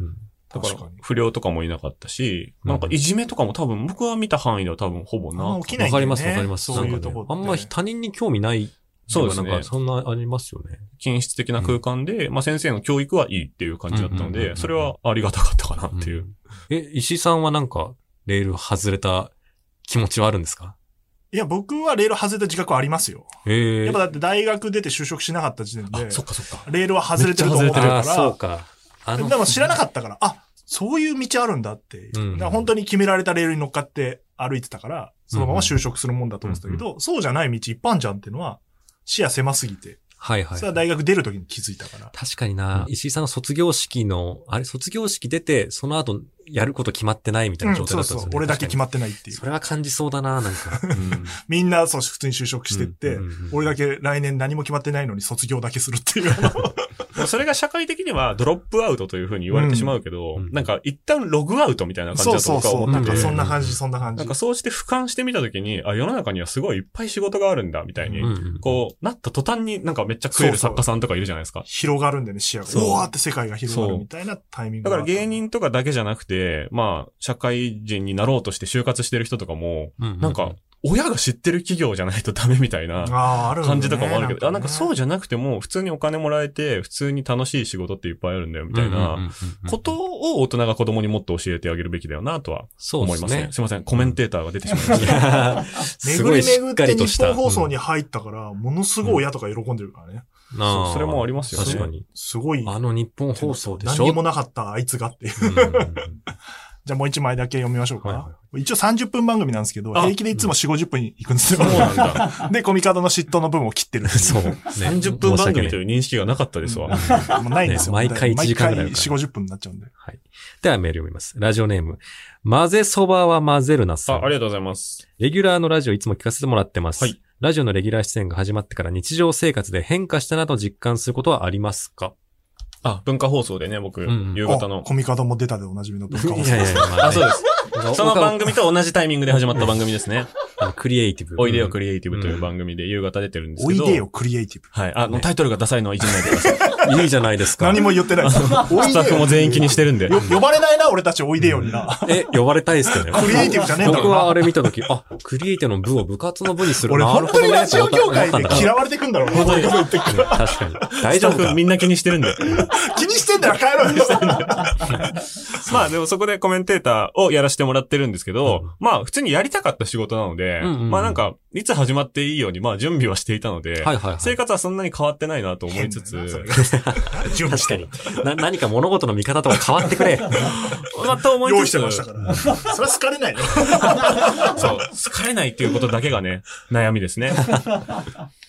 [SPEAKER 3] だから
[SPEAKER 1] 確かに、
[SPEAKER 3] 不良とかもいなかったし、
[SPEAKER 2] うん
[SPEAKER 3] なんかいじめとかも多分、僕は見た範囲では多分ほぼ
[SPEAKER 1] あん
[SPEAKER 3] な
[SPEAKER 1] ま。起きな
[SPEAKER 2] わ
[SPEAKER 1] いんだ
[SPEAKER 2] か
[SPEAKER 1] よね
[SPEAKER 2] りますわか
[SPEAKER 1] そう
[SPEAKER 2] ります。
[SPEAKER 1] いう
[SPEAKER 2] なんか
[SPEAKER 1] と
[SPEAKER 2] ね
[SPEAKER 1] こって。
[SPEAKER 2] あんまり他人に興味ない。
[SPEAKER 3] そうですね
[SPEAKER 2] なんかそんなありますよね。
[SPEAKER 3] 均質的な空間で、まあ先生の教育はいいっていう感じだった
[SPEAKER 2] うん
[SPEAKER 3] の
[SPEAKER 2] うんうんうん
[SPEAKER 3] で、それはありがたかったかなっていう。
[SPEAKER 2] ん。え、石井さんはなんか、レール外れた気持ちはあるんですか
[SPEAKER 1] いや、僕はレール外れた自覚はありますよ。
[SPEAKER 2] ええ
[SPEAKER 1] やっぱだって大学出て就職しなかった時点で
[SPEAKER 3] あ、、そっかそっか。
[SPEAKER 1] レールは外れてると思ってる
[SPEAKER 3] めっち
[SPEAKER 1] か
[SPEAKER 2] あー
[SPEAKER 3] ゃ
[SPEAKER 2] そう
[SPEAKER 1] ら、
[SPEAKER 2] か。あ
[SPEAKER 1] でも知らなかったから、あ、そういう道あるんだって。
[SPEAKER 2] うん
[SPEAKER 1] だから本当に決められたレールに乗っかって歩いてたから、そのまま就職するもんだと思ってたけど、そうじゃない道一般じゃんっていうのは、視野狭すぎて、
[SPEAKER 2] はいはい
[SPEAKER 1] それ。は大学出る時に気づいたから。、
[SPEAKER 2] 確かにな、石井さんの卒業式の、あれ、卒業式出て、その後、やること決まってないみたいうなん状態
[SPEAKER 1] そ
[SPEAKER 2] だ
[SPEAKER 1] う
[SPEAKER 2] ったん
[SPEAKER 1] そ
[SPEAKER 2] ですよね。
[SPEAKER 1] う。俺だけ決
[SPEAKER 2] ま
[SPEAKER 1] ま
[SPEAKER 2] っ
[SPEAKER 1] ってないっていう
[SPEAKER 2] そ。れは感じそうだななんか。
[SPEAKER 1] みんな、そう、普通に就職してって、
[SPEAKER 2] うんうんうん
[SPEAKER 1] 俺だけ来年何も決まってないのに卒業だけするっていう。
[SPEAKER 3] まあそれが社会的にはドロップアウトというふうに言われてしまうけど、
[SPEAKER 2] うん
[SPEAKER 3] なんか一旦ログアウトみたいな感じ
[SPEAKER 1] そ
[SPEAKER 3] だ
[SPEAKER 1] う
[SPEAKER 3] と
[SPEAKER 1] そう
[SPEAKER 3] 僕は
[SPEAKER 1] そう。
[SPEAKER 3] 思
[SPEAKER 1] な
[SPEAKER 3] っ
[SPEAKER 1] ん
[SPEAKER 3] て
[SPEAKER 1] か
[SPEAKER 3] て
[SPEAKER 1] そんな感じ、そんな感
[SPEAKER 3] な
[SPEAKER 1] じ
[SPEAKER 3] んか。そうして俯瞰してみたときに、あ、世の中にはすごいいっぱい仕事があるんだ、みたいに、
[SPEAKER 2] うんうん
[SPEAKER 3] こう、なった途端になんかめっちゃ食える作家さんとかいるじゃないですか。
[SPEAKER 1] 広がるんでね、視野が。
[SPEAKER 3] そう
[SPEAKER 1] うわーって世界が広がるみたいなタイミング
[SPEAKER 3] だ
[SPEAKER 1] が
[SPEAKER 3] から芸人とかだけじゃなくて、まあ、社会人になろうとして就活してる人とかも、
[SPEAKER 2] ううう
[SPEAKER 3] なんか、、親が知ってる企業じゃないとダメみたいな
[SPEAKER 1] あーあるんだね
[SPEAKER 3] 感じとかもあるけど、あ、なんかそう
[SPEAKER 1] じ
[SPEAKER 3] じゃなくても、普通にお金もらえて、普通に楽しい仕事っていっぱいあるんだよ、み
[SPEAKER 2] み
[SPEAKER 3] たいな、ことを大人が子供にもっと教えてあげるべきだよな、とは
[SPEAKER 2] そうで
[SPEAKER 3] 思い
[SPEAKER 2] す
[SPEAKER 3] ますね。す
[SPEAKER 2] ね。
[SPEAKER 3] いません、コメンテーターが出てしまいまし
[SPEAKER 2] い
[SPEAKER 3] た。
[SPEAKER 2] やーすご
[SPEAKER 1] 巡
[SPEAKER 2] い
[SPEAKER 1] り
[SPEAKER 2] し
[SPEAKER 1] 巡
[SPEAKER 2] っ
[SPEAKER 1] っ
[SPEAKER 2] か
[SPEAKER 1] て
[SPEAKER 2] りとし
[SPEAKER 1] 日本
[SPEAKER 2] た。
[SPEAKER 1] 放送に入ったから、ものすごい親とか喜んでるからね。
[SPEAKER 2] うんあー
[SPEAKER 3] それもありますよね
[SPEAKER 2] 確かに。
[SPEAKER 1] すごい。
[SPEAKER 2] あの日本放送でし
[SPEAKER 1] 何
[SPEAKER 2] ょ
[SPEAKER 1] にもなかったあいつがっていう。
[SPEAKER 2] うんうんうん
[SPEAKER 1] じゃあもう一枚だけ読みましょうか。
[SPEAKER 2] はいは
[SPEAKER 1] 一応30分番組なんですけど、
[SPEAKER 3] あ
[SPEAKER 1] 平気でいつも4、50分行くんですよ。
[SPEAKER 3] そうなんだ。
[SPEAKER 1] で、コミカドの嫉妬の分を切ってるっていう。
[SPEAKER 2] そ う。ね
[SPEAKER 3] 30
[SPEAKER 2] 申
[SPEAKER 3] 分番組と
[SPEAKER 2] し訳ない
[SPEAKER 3] いう認識がなかったですわ。
[SPEAKER 1] もうないんですよ。
[SPEAKER 2] ね毎回1時間ぐらい
[SPEAKER 1] 毎回4、50分になっちゃうんで。
[SPEAKER 2] はい。ではメール読みます。ラジオネーム。混ぜそばは混ぜるなさ
[SPEAKER 3] あ、
[SPEAKER 2] ん。
[SPEAKER 3] ありがとうございます。
[SPEAKER 2] レギュラーのラジオいつも聞かせてもらってます。
[SPEAKER 3] はい
[SPEAKER 2] ラジオのレギュラー出演が始まってから日常生活で変化したなと実感することはありますか
[SPEAKER 3] あ、文化放送でね、僕、
[SPEAKER 2] んうん
[SPEAKER 3] 夕方
[SPEAKER 1] あ
[SPEAKER 3] の。
[SPEAKER 1] コミカドも出たでおなじみの文化放
[SPEAKER 2] い
[SPEAKER 1] 送
[SPEAKER 2] やいやいや、まあね
[SPEAKER 3] あ、そうです。その番組と同じタイミングで始まった番組ですね。
[SPEAKER 2] あのクリエイティブ。
[SPEAKER 3] おいでよク
[SPEAKER 2] リ
[SPEAKER 3] リエイティブという番組で夕方出てるんです
[SPEAKER 1] お
[SPEAKER 3] け
[SPEAKER 1] い
[SPEAKER 3] ど。
[SPEAKER 1] でよ、クリエイティブ。
[SPEAKER 3] はい。あの、タイトルがダサいのはいじめないでください。
[SPEAKER 2] いいじゃないですか。
[SPEAKER 1] 何も言ってないです。おい
[SPEAKER 3] スタ
[SPEAKER 1] で
[SPEAKER 3] ッフ
[SPEAKER 1] よ
[SPEAKER 3] も。全員気にしてるんで。
[SPEAKER 1] よ呼ばれないな、俺たちおいでよにな。
[SPEAKER 2] え、呼ばれたいですけどね。
[SPEAKER 1] クリエイティブじゃねえんだろ
[SPEAKER 2] 僕
[SPEAKER 1] う
[SPEAKER 2] は
[SPEAKER 1] な。
[SPEAKER 2] あれ見たとき、あ、クリエイティブの部を部活の部にする
[SPEAKER 1] 俺
[SPEAKER 2] な
[SPEAKER 1] 本
[SPEAKER 2] るほ
[SPEAKER 1] 当
[SPEAKER 2] ど
[SPEAKER 1] に
[SPEAKER 2] ね
[SPEAKER 1] ラジオ業界
[SPEAKER 2] 思ったん
[SPEAKER 1] で
[SPEAKER 2] だ
[SPEAKER 1] 嫌われてくんだろう。
[SPEAKER 3] 本当に
[SPEAKER 2] うん確かに。大
[SPEAKER 3] ス
[SPEAKER 2] 丈
[SPEAKER 3] タッ
[SPEAKER 2] 夫
[SPEAKER 3] フ
[SPEAKER 2] か
[SPEAKER 3] みんな気にしてるんで。
[SPEAKER 1] 気にしてんだら帰ろうよ。
[SPEAKER 3] まあでもそこでコメンテーターをやらせてもらってるんですけど、
[SPEAKER 2] うん
[SPEAKER 3] まあ普通にやりたかった仕事なので、
[SPEAKER 2] うんうんうん
[SPEAKER 3] まあなんか、いつ始まっていいようにまあ準備はしていたので、
[SPEAKER 2] はいはいはい。
[SPEAKER 3] 生活はそんなに変わってないなと思い つつ、
[SPEAKER 1] 確
[SPEAKER 2] 確かに。な、何か物事の見方とか変わってくれ。
[SPEAKER 3] まあと思いつつ
[SPEAKER 1] 用意してましたから。それは好かれないね。
[SPEAKER 3] そう、疲れないっていうことだけがね、悩みですね。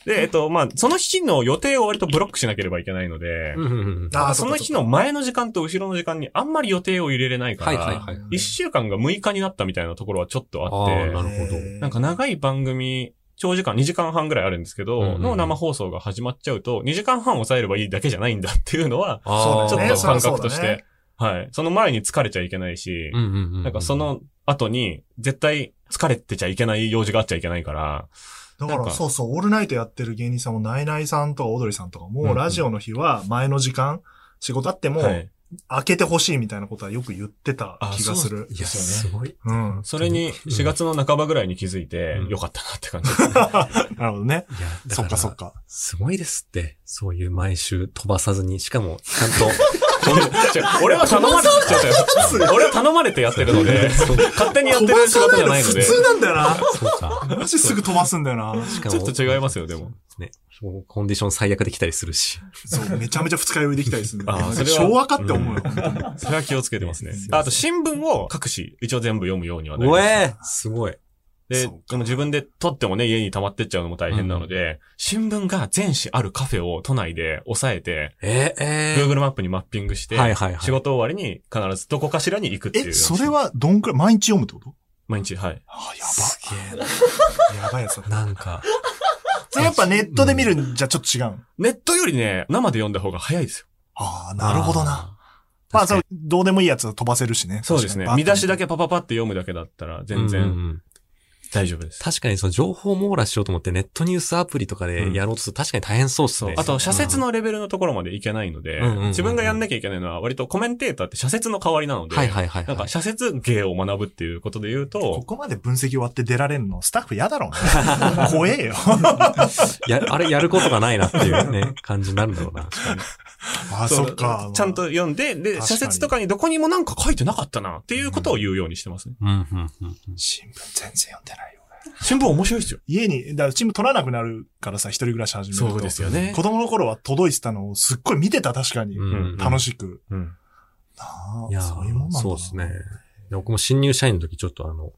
[SPEAKER 3] で、えっと、まあ、その日の予定を割とブロックしなければいけないので、
[SPEAKER 2] うんうんうん
[SPEAKER 1] あー
[SPEAKER 3] そ
[SPEAKER 1] っ
[SPEAKER 3] の
[SPEAKER 1] か
[SPEAKER 3] 日の前の時間と後ろの時間にあんまり予定を入れれないか
[SPEAKER 2] はいはい
[SPEAKER 3] ら、
[SPEAKER 2] はい。
[SPEAKER 3] 一週間が6日になったみたいなところはちょっとあって、
[SPEAKER 2] あーなるほど
[SPEAKER 1] えー
[SPEAKER 3] なんか長い番組、長時間、2時間半ぐらいあるんですけど、
[SPEAKER 2] うんうん
[SPEAKER 3] の生放送が始まっちゃうと、2時間半抑えればいいだけじゃないんだっていうのは、
[SPEAKER 2] あー
[SPEAKER 3] ち
[SPEAKER 1] そ
[SPEAKER 3] ょ
[SPEAKER 1] うだ
[SPEAKER 3] っ
[SPEAKER 1] よ
[SPEAKER 3] と
[SPEAKER 1] ね
[SPEAKER 3] 感覚とし
[SPEAKER 1] そりゃそうだ
[SPEAKER 3] て、はい。その前に疲れちゃいけないし、
[SPEAKER 2] うんうんうん。
[SPEAKER 3] なんかそ、の後に、絶対疲れてちゃいけない用事があっちゃいけないから、
[SPEAKER 1] だか
[SPEAKER 3] なん
[SPEAKER 1] ら、
[SPEAKER 3] か
[SPEAKER 1] そうそう、オールナイトやってる芸人さんも、ナイナイさんとかオードリーさんとか
[SPEAKER 2] うんう
[SPEAKER 1] も、
[SPEAKER 2] ん
[SPEAKER 1] ラジオの日は前の時間、仕事あっても、
[SPEAKER 3] はい。
[SPEAKER 1] 開けてほしいみたいなことはよく言ってた気がする。
[SPEAKER 2] いや、すごい。
[SPEAKER 1] うん。
[SPEAKER 3] それに4月の半ばぐらいに気づいて
[SPEAKER 2] う、ん
[SPEAKER 3] よかったなって感じ ですね。
[SPEAKER 1] なるほどね。
[SPEAKER 2] いや、だ
[SPEAKER 1] そっ
[SPEAKER 2] ら
[SPEAKER 1] かそっか。
[SPEAKER 2] すごいですって。そういう毎週飛ばさずに、しかも、ちゃんと。
[SPEAKER 3] 違う俺は頼まれて、違う違う俺は頼まれてやってる ので、勝手にやって
[SPEAKER 1] 飛
[SPEAKER 3] る
[SPEAKER 1] ば
[SPEAKER 3] 仕
[SPEAKER 1] さ
[SPEAKER 3] 事
[SPEAKER 1] な
[SPEAKER 3] じ
[SPEAKER 1] い
[SPEAKER 3] ゃ
[SPEAKER 1] の
[SPEAKER 3] ないの
[SPEAKER 1] 普
[SPEAKER 3] で、
[SPEAKER 1] 通なんだよな。
[SPEAKER 2] そうか。
[SPEAKER 1] マジすぐ飛ばすんだよな。
[SPEAKER 2] しか
[SPEAKER 3] ちょっと違いますよでも。
[SPEAKER 2] ね。そうコンディション最悪できたりするし。
[SPEAKER 1] そう、めちゃめちゃ二日酔いできたりするんだよ
[SPEAKER 3] あー
[SPEAKER 1] ね
[SPEAKER 3] それは
[SPEAKER 1] 昭和かって思うよ。
[SPEAKER 3] それは気をつけてますね
[SPEAKER 2] すいませ。ん
[SPEAKER 3] あと新聞を各紙、一応全部読むようにはなり
[SPEAKER 2] お
[SPEAKER 3] ます。
[SPEAKER 2] えすごい。
[SPEAKER 3] で、で
[SPEAKER 1] そう
[SPEAKER 3] も自分で撮ってもね、家に溜まってっちゃうのも大変なので、新聞が全紙あるカフェを都内で押さえて、
[SPEAKER 2] えー、えー
[SPEAKER 3] Google マップにマッピングして、
[SPEAKER 2] はいはいはい。
[SPEAKER 3] 仕事終わりに必ずどこかしらに行くっていう。
[SPEAKER 1] え、それはどんくらい、毎日読むってこと
[SPEAKER 3] 毎日、はい。
[SPEAKER 1] あ
[SPEAKER 2] すげ
[SPEAKER 1] ー、やばい。やばいやつだ
[SPEAKER 2] え。なんか、
[SPEAKER 1] それやっぱネットで見るんじゃちょっと違うの。
[SPEAKER 3] ネットよりね、生で読んだ方が早いですよ。
[SPEAKER 1] ああ、なるほどな。
[SPEAKER 2] あー。
[SPEAKER 1] まあ、そ
[SPEAKER 2] 確
[SPEAKER 1] う、どうでもいいやつは飛ばせるしね。
[SPEAKER 3] そうですね
[SPEAKER 1] 確か。に
[SPEAKER 3] 見出しだけパパパって読むだけだった
[SPEAKER 2] か
[SPEAKER 3] ら
[SPEAKER 2] に、
[SPEAKER 3] 全
[SPEAKER 2] うん
[SPEAKER 3] 然
[SPEAKER 2] うんうん
[SPEAKER 3] 大丈夫です。
[SPEAKER 2] 確かにその情報網羅しようと思ってネットニュースアプリとかでやろうとすると確かに大変そうっす
[SPEAKER 3] そう
[SPEAKER 2] ね。
[SPEAKER 3] あと、社説のレベルのところまでいけないので
[SPEAKER 2] うんうんうんうん、
[SPEAKER 3] 自分がやんなきゃいけないのは、割とコメンテーターって社説の代わりなの
[SPEAKER 2] うん。
[SPEAKER 3] で、
[SPEAKER 2] はいはいはいはい。
[SPEAKER 3] なんか、社説芸を学ぶっていうことで言う、
[SPEAKER 1] ことこまで分析終わって出られるの、スタッフ嫌だろうね。 怖えよ。
[SPEAKER 2] や、あれやることがないなってい うね、感じになるんだろうな。
[SPEAKER 1] あ、
[SPEAKER 3] そ
[SPEAKER 1] そうっか。
[SPEAKER 3] ちゃんと。読んで、で、
[SPEAKER 1] 確かに
[SPEAKER 3] 社説とかにどこにもなんか書いてなかったなっていうことを言うようにしてますね。
[SPEAKER 2] うん、うん、うん。
[SPEAKER 1] 新聞全然読んでないよ。
[SPEAKER 3] 新聞面白いですよ。
[SPEAKER 1] 家に、だからチーム取らなくなるからさ、一人暮らし始めると。
[SPEAKER 3] そうですよね
[SPEAKER 1] 子供の頃は届いてたのをすっごい見てた、確かに。
[SPEAKER 2] うんうん
[SPEAKER 1] 楽しく。
[SPEAKER 3] うん。
[SPEAKER 1] なあ
[SPEAKER 2] いやー
[SPEAKER 1] そういうもんなんだな
[SPEAKER 2] そうですね。で僕も新入社員の時ちょっとあの、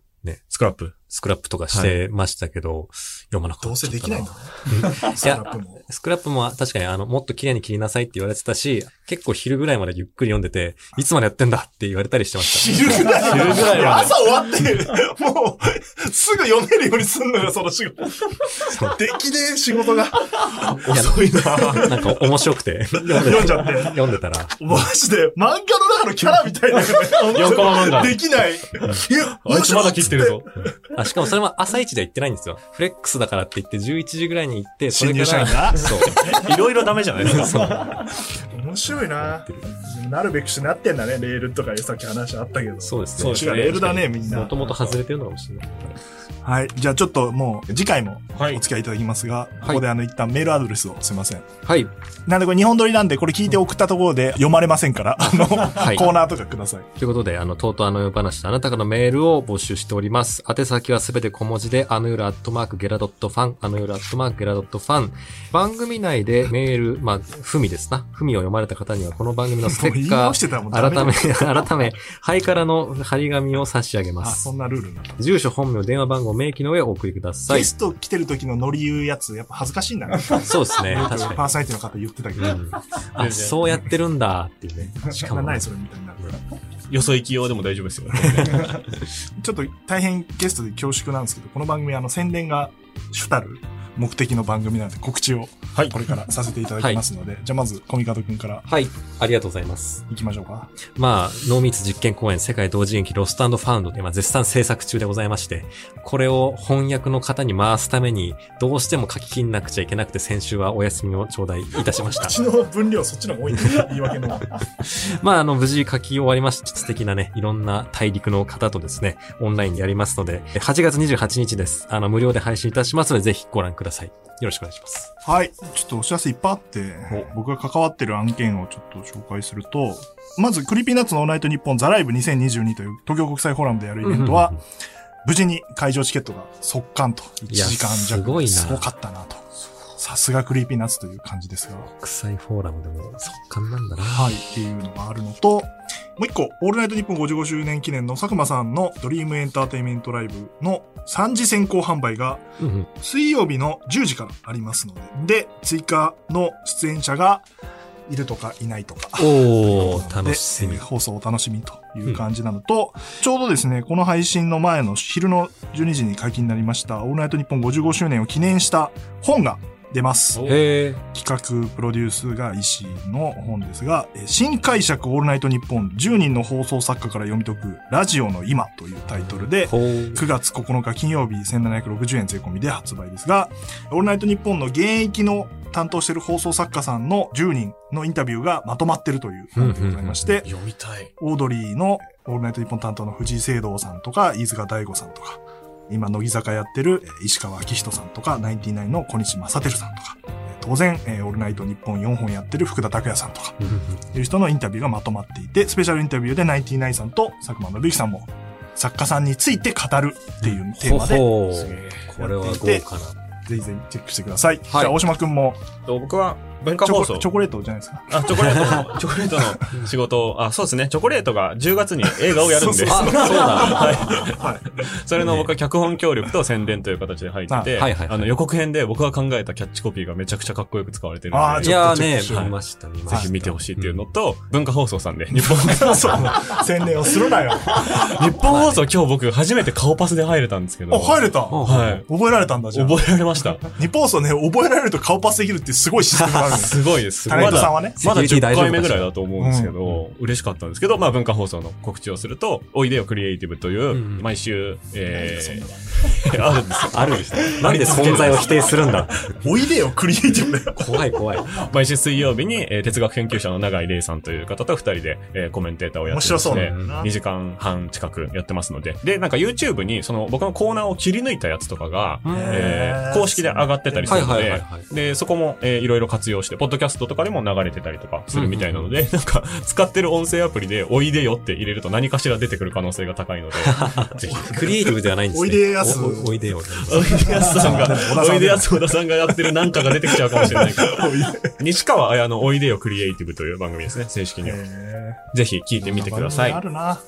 [SPEAKER 3] スクラップ。
[SPEAKER 2] スクラップとかしてましたけど、読まなかった。
[SPEAKER 1] どうせできないんだね。ス
[SPEAKER 2] いや
[SPEAKER 1] ナップも。
[SPEAKER 2] スクラップも確かにあの、もっと綺麗に切りなさいって言われてたし、結構昼ぐらいまでゆっくり読んでて、いつまでやってんだって言われたりしてまし
[SPEAKER 1] 昼ぐらい。
[SPEAKER 3] 昼ぐらいまで
[SPEAKER 1] や朝終わって、もう、すぐ読めるようにすんのよ、その仕事。できねえ仕事が。 遅いな。
[SPEAKER 2] た。なんか面白くて、読んで
[SPEAKER 1] 読んじゃって。
[SPEAKER 2] 読んでたら、
[SPEAKER 1] マジで、漫画の中のキャラみたいな、ね。
[SPEAKER 3] 4コマ漫画。
[SPEAKER 1] できない。いや、
[SPEAKER 3] あいつまだ切ってる
[SPEAKER 1] ぞ。
[SPEAKER 3] ぞ。
[SPEAKER 2] あ、しかもそれも朝一では行ってないんですよ。フレックスだからって言って11時ぐらいに行って、それ
[SPEAKER 1] 新入
[SPEAKER 2] から、
[SPEAKER 1] 社員が
[SPEAKER 2] そう。
[SPEAKER 3] いろいろダメじゃないですか。
[SPEAKER 1] 面白いな。なるべくしてなってんだね、レールとかいうさっき話あったけど。
[SPEAKER 2] そうですね
[SPEAKER 1] こっちがレールだね、みん
[SPEAKER 2] も
[SPEAKER 1] な
[SPEAKER 2] と。もと外れてるのかもしれない。
[SPEAKER 1] はい。じゃあちょっともう、次回も
[SPEAKER 3] はい
[SPEAKER 1] お付き合いいただきますが、
[SPEAKER 2] い
[SPEAKER 1] ここであの、一旦メールアドレスを、すいません。
[SPEAKER 2] はい。
[SPEAKER 1] なんでこれ日本撮りなんで、これ聞いて送ったところで読まれませんから、あの、
[SPEAKER 2] い
[SPEAKER 1] コーナーとかください。
[SPEAKER 2] ということで、あの、とうとうあの夜話とあなたからのメールを募集しております。宛先はすべて小文字で、あの夜アットマークゲラドットファン、あの夜アットマークゲラドットファン。番組内でメール、まあ、ふみですな。ふみを読まれた方には、この番組のス
[SPEAKER 1] も
[SPEAKER 2] テ
[SPEAKER 1] う言
[SPEAKER 2] ッ
[SPEAKER 1] い
[SPEAKER 2] カ
[SPEAKER 1] 直して
[SPEAKER 2] ー、
[SPEAKER 1] たらもうダメ
[SPEAKER 2] 改め、改め、 ハイカラの張り紙を差し上げま
[SPEAKER 1] あ、
[SPEAKER 2] す
[SPEAKER 1] そ。んなルールなんだ。
[SPEAKER 2] 住所、本名、電話番号、名記の上お送りくださ い
[SPEAKER 1] ゲ。スト来てる時のノリ言うやつ、やっぱ恥ずかしいんだな。パ
[SPEAKER 2] そうですね、確
[SPEAKER 1] ー
[SPEAKER 2] か
[SPEAKER 1] サイティの方言ってたけ
[SPEAKER 2] に。う
[SPEAKER 1] ど。
[SPEAKER 2] ん、あ、そうやってるんだ、っていうね。しかも、
[SPEAKER 1] ないそれみたいになるから。
[SPEAKER 3] よそ行き用でも大丈 夫ですよ。
[SPEAKER 1] ちょっと大変ゲストで恐縮なんですけど、この番組あの宣伝が主たる目的の番組なので告知を
[SPEAKER 3] はい
[SPEAKER 1] これからさせていただきますので、じゃあまずコミカドくんから
[SPEAKER 2] はい。ありがとうございます。
[SPEAKER 1] 行きましょうか。
[SPEAKER 2] まあ、濃密実験公演世界同時劇ロストファウンドで今絶賛制作中でございまして、これを翻訳の方に回すために、どうしても書き切んなくちゃいけなくて、先週はお休みを頂戴いた しました。
[SPEAKER 1] 口の分量そっちの方が多いね。言い訳の。
[SPEAKER 2] まあ、あの、無事書き終わりました。素敵なね、いろんな大陸の方とですね、オンラインでやりますので、8月28日です。あの、無料で配信いたしますので、ぜひご覧ください。よろしくお願いします。
[SPEAKER 1] はい。ちょっとお知らせいっぱいあって、僕が関わってる案件をちょっと紹介すると、まず、クリーピーナッツのオールナイトニッポンザライブ2022という東京国際フォーラムでやるイベントは、無事に会場チケットが速乾と1
[SPEAKER 2] いや
[SPEAKER 1] 時間弱。
[SPEAKER 2] すごいな
[SPEAKER 1] すごかったなと。さすがクリーピーナッツという感じですが。
[SPEAKER 2] 国際フォーラムでも速乾なんだな。
[SPEAKER 1] はい。っていうのがあるのと、もう一個、オールナイトニッポン55周年記念の佐久間さんのドリームエンターテインメントライブの3次先行販売が
[SPEAKER 2] うんうん。
[SPEAKER 1] 水曜日の10時からありますので、で、追加の出演者がいるとかいないとか。
[SPEAKER 2] おー、楽し
[SPEAKER 1] でえ
[SPEAKER 2] み
[SPEAKER 1] ー。放送を楽しみという感じなのと、ちょうどですね、この配信の前の昼の12時に解禁になりました、オールナイトニッポン55周年を記念した本が出ます。
[SPEAKER 2] へえ。
[SPEAKER 1] 企画プロデュースが石井の本ですが、えー新解釈オールナイトニッポン10人の放送作家から読み解くラジオの今というタイトルで、
[SPEAKER 2] ほう。
[SPEAKER 1] 9月9日金曜日1760円税込みで発売ですが、オールナイトニッポンの現役の担当している放送作家さんの10人のインタビューがまとまってるという本でございまして、
[SPEAKER 3] 読みたい。
[SPEAKER 1] オードリーのオールナイトニッポン担当の藤井聖堂さんとか、飯塚大吾さんとか、今、乃木坂やってるえー石川明人さんとか、ナインティナインの小西正輝さんとか、えー当然、えーオールナイトニッポン4本やってる福田拓也さんとか、
[SPEAKER 2] うんうんうん
[SPEAKER 1] いう人のインタビューがまとまっていて、スペシャルインタビューでナインティナインさんと佐久間信之さんも、作家さんについて語るっていうテーマで、
[SPEAKER 2] ほほ
[SPEAKER 1] すげ
[SPEAKER 2] これは豪
[SPEAKER 1] やっていて
[SPEAKER 2] 華な。
[SPEAKER 1] ぜひぜひチェックしてください。じゃあ、大島くんも、
[SPEAKER 3] 僕は文化
[SPEAKER 1] チョ
[SPEAKER 3] 放
[SPEAKER 1] コ
[SPEAKER 3] 送。
[SPEAKER 1] チョコレートじゃないですか。
[SPEAKER 3] あ、チョコレートの、チョコレートの仕事を、あ、そうですね。チョコレートが10月に映画をやるん
[SPEAKER 1] そ
[SPEAKER 3] で。
[SPEAKER 1] う
[SPEAKER 2] あ、そう
[SPEAKER 3] そう
[SPEAKER 2] だ。
[SPEAKER 3] はい。
[SPEAKER 1] はい。
[SPEAKER 3] それの僕は脚本協力と宣伝という形で入ってて、
[SPEAKER 2] あはいはいはい
[SPEAKER 3] あの予告編で僕が考えたキャッチコピーがめちゃくちゃかっこよく使われてる
[SPEAKER 1] あ
[SPEAKER 3] の
[SPEAKER 1] ー
[SPEAKER 3] で、
[SPEAKER 2] い
[SPEAKER 1] ちょっ
[SPEAKER 2] やー
[SPEAKER 1] ちょ
[SPEAKER 2] ね
[SPEAKER 1] っ、と
[SPEAKER 2] 見ました、見
[SPEAKER 3] ぜ
[SPEAKER 2] ま
[SPEAKER 1] と
[SPEAKER 3] ひ
[SPEAKER 2] し
[SPEAKER 3] 見てほしいっていうのと、文化放送さんで、日本、
[SPEAKER 1] そう、宣伝をするなよ。
[SPEAKER 3] 日本放送今日僕初めて顔パスで入れたんですけど、
[SPEAKER 1] あ、入れた
[SPEAKER 2] た。
[SPEAKER 1] 覚
[SPEAKER 3] はい。
[SPEAKER 1] えられたんだ、じゃあ。
[SPEAKER 3] 覚えられました。
[SPEAKER 1] 日本放送ね、覚えられると顔パスできるってすごいシステムがあるんです。
[SPEAKER 3] すごいです。
[SPEAKER 1] タレントさんはね。
[SPEAKER 3] まだ
[SPEAKER 2] セキュリティ
[SPEAKER 3] 10
[SPEAKER 2] 大丈夫かしら
[SPEAKER 3] 回目ぐらいだと思うんですけど、嬉しかったんですけど、まあ文化放送の告知をすると、おいでよクリエイティブというう、
[SPEAKER 2] ん
[SPEAKER 3] 毎週、え
[SPEAKER 1] そんな
[SPEAKER 3] ー
[SPEAKER 1] の
[SPEAKER 3] あるんですよ。
[SPEAKER 2] あるんですね。なんで存在を否定するんだ。
[SPEAKER 1] おいでよ、クリエイティブだよ。
[SPEAKER 2] 怖い怖い。
[SPEAKER 3] 毎週水曜日に、えー哲学研究者の永井玲さんという方と二人で、えーコメンテーターをやってま
[SPEAKER 1] 面白そう
[SPEAKER 3] す
[SPEAKER 1] だ
[SPEAKER 3] ね
[SPEAKER 1] よな
[SPEAKER 3] 2時間半近くやってますので。で、なんか YouTube に、その僕のコーナーを切り抜いたやつとかが、
[SPEAKER 2] は
[SPEAKER 3] えー公式で上がってたりするの
[SPEAKER 2] はいはいはい
[SPEAKER 3] で
[SPEAKER 2] は、
[SPEAKER 3] で、そこも、えーいろいろ活用して、ポッドキャストとかでも流れてたりとかするみたいなので、なんか、使ってる音声アプリで、おいでよって入れると何かしら出てくる可能性が高い ので、ぜひ。
[SPEAKER 2] クリエイティブではないんですね。
[SPEAKER 1] おいでやす
[SPEAKER 2] おおいでよ。
[SPEAKER 3] おいでやすさんが
[SPEAKER 1] 小田さん、
[SPEAKER 3] おいでやす小田さんがやってるなんかが出てきちゃうかもしれない から。西川綾のおいでよクリエイティブという番組ですね、正式には。 ぜひ聞いてみてください
[SPEAKER 1] あ。るな。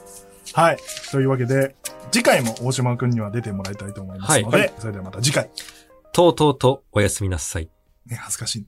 [SPEAKER 1] はい。というわけで、次回も大島くんには出てもらいたいと思いますので、
[SPEAKER 2] は
[SPEAKER 1] それではまた次回、
[SPEAKER 2] とうとうとおやすみなさい。
[SPEAKER 1] ね、恥ずかしい。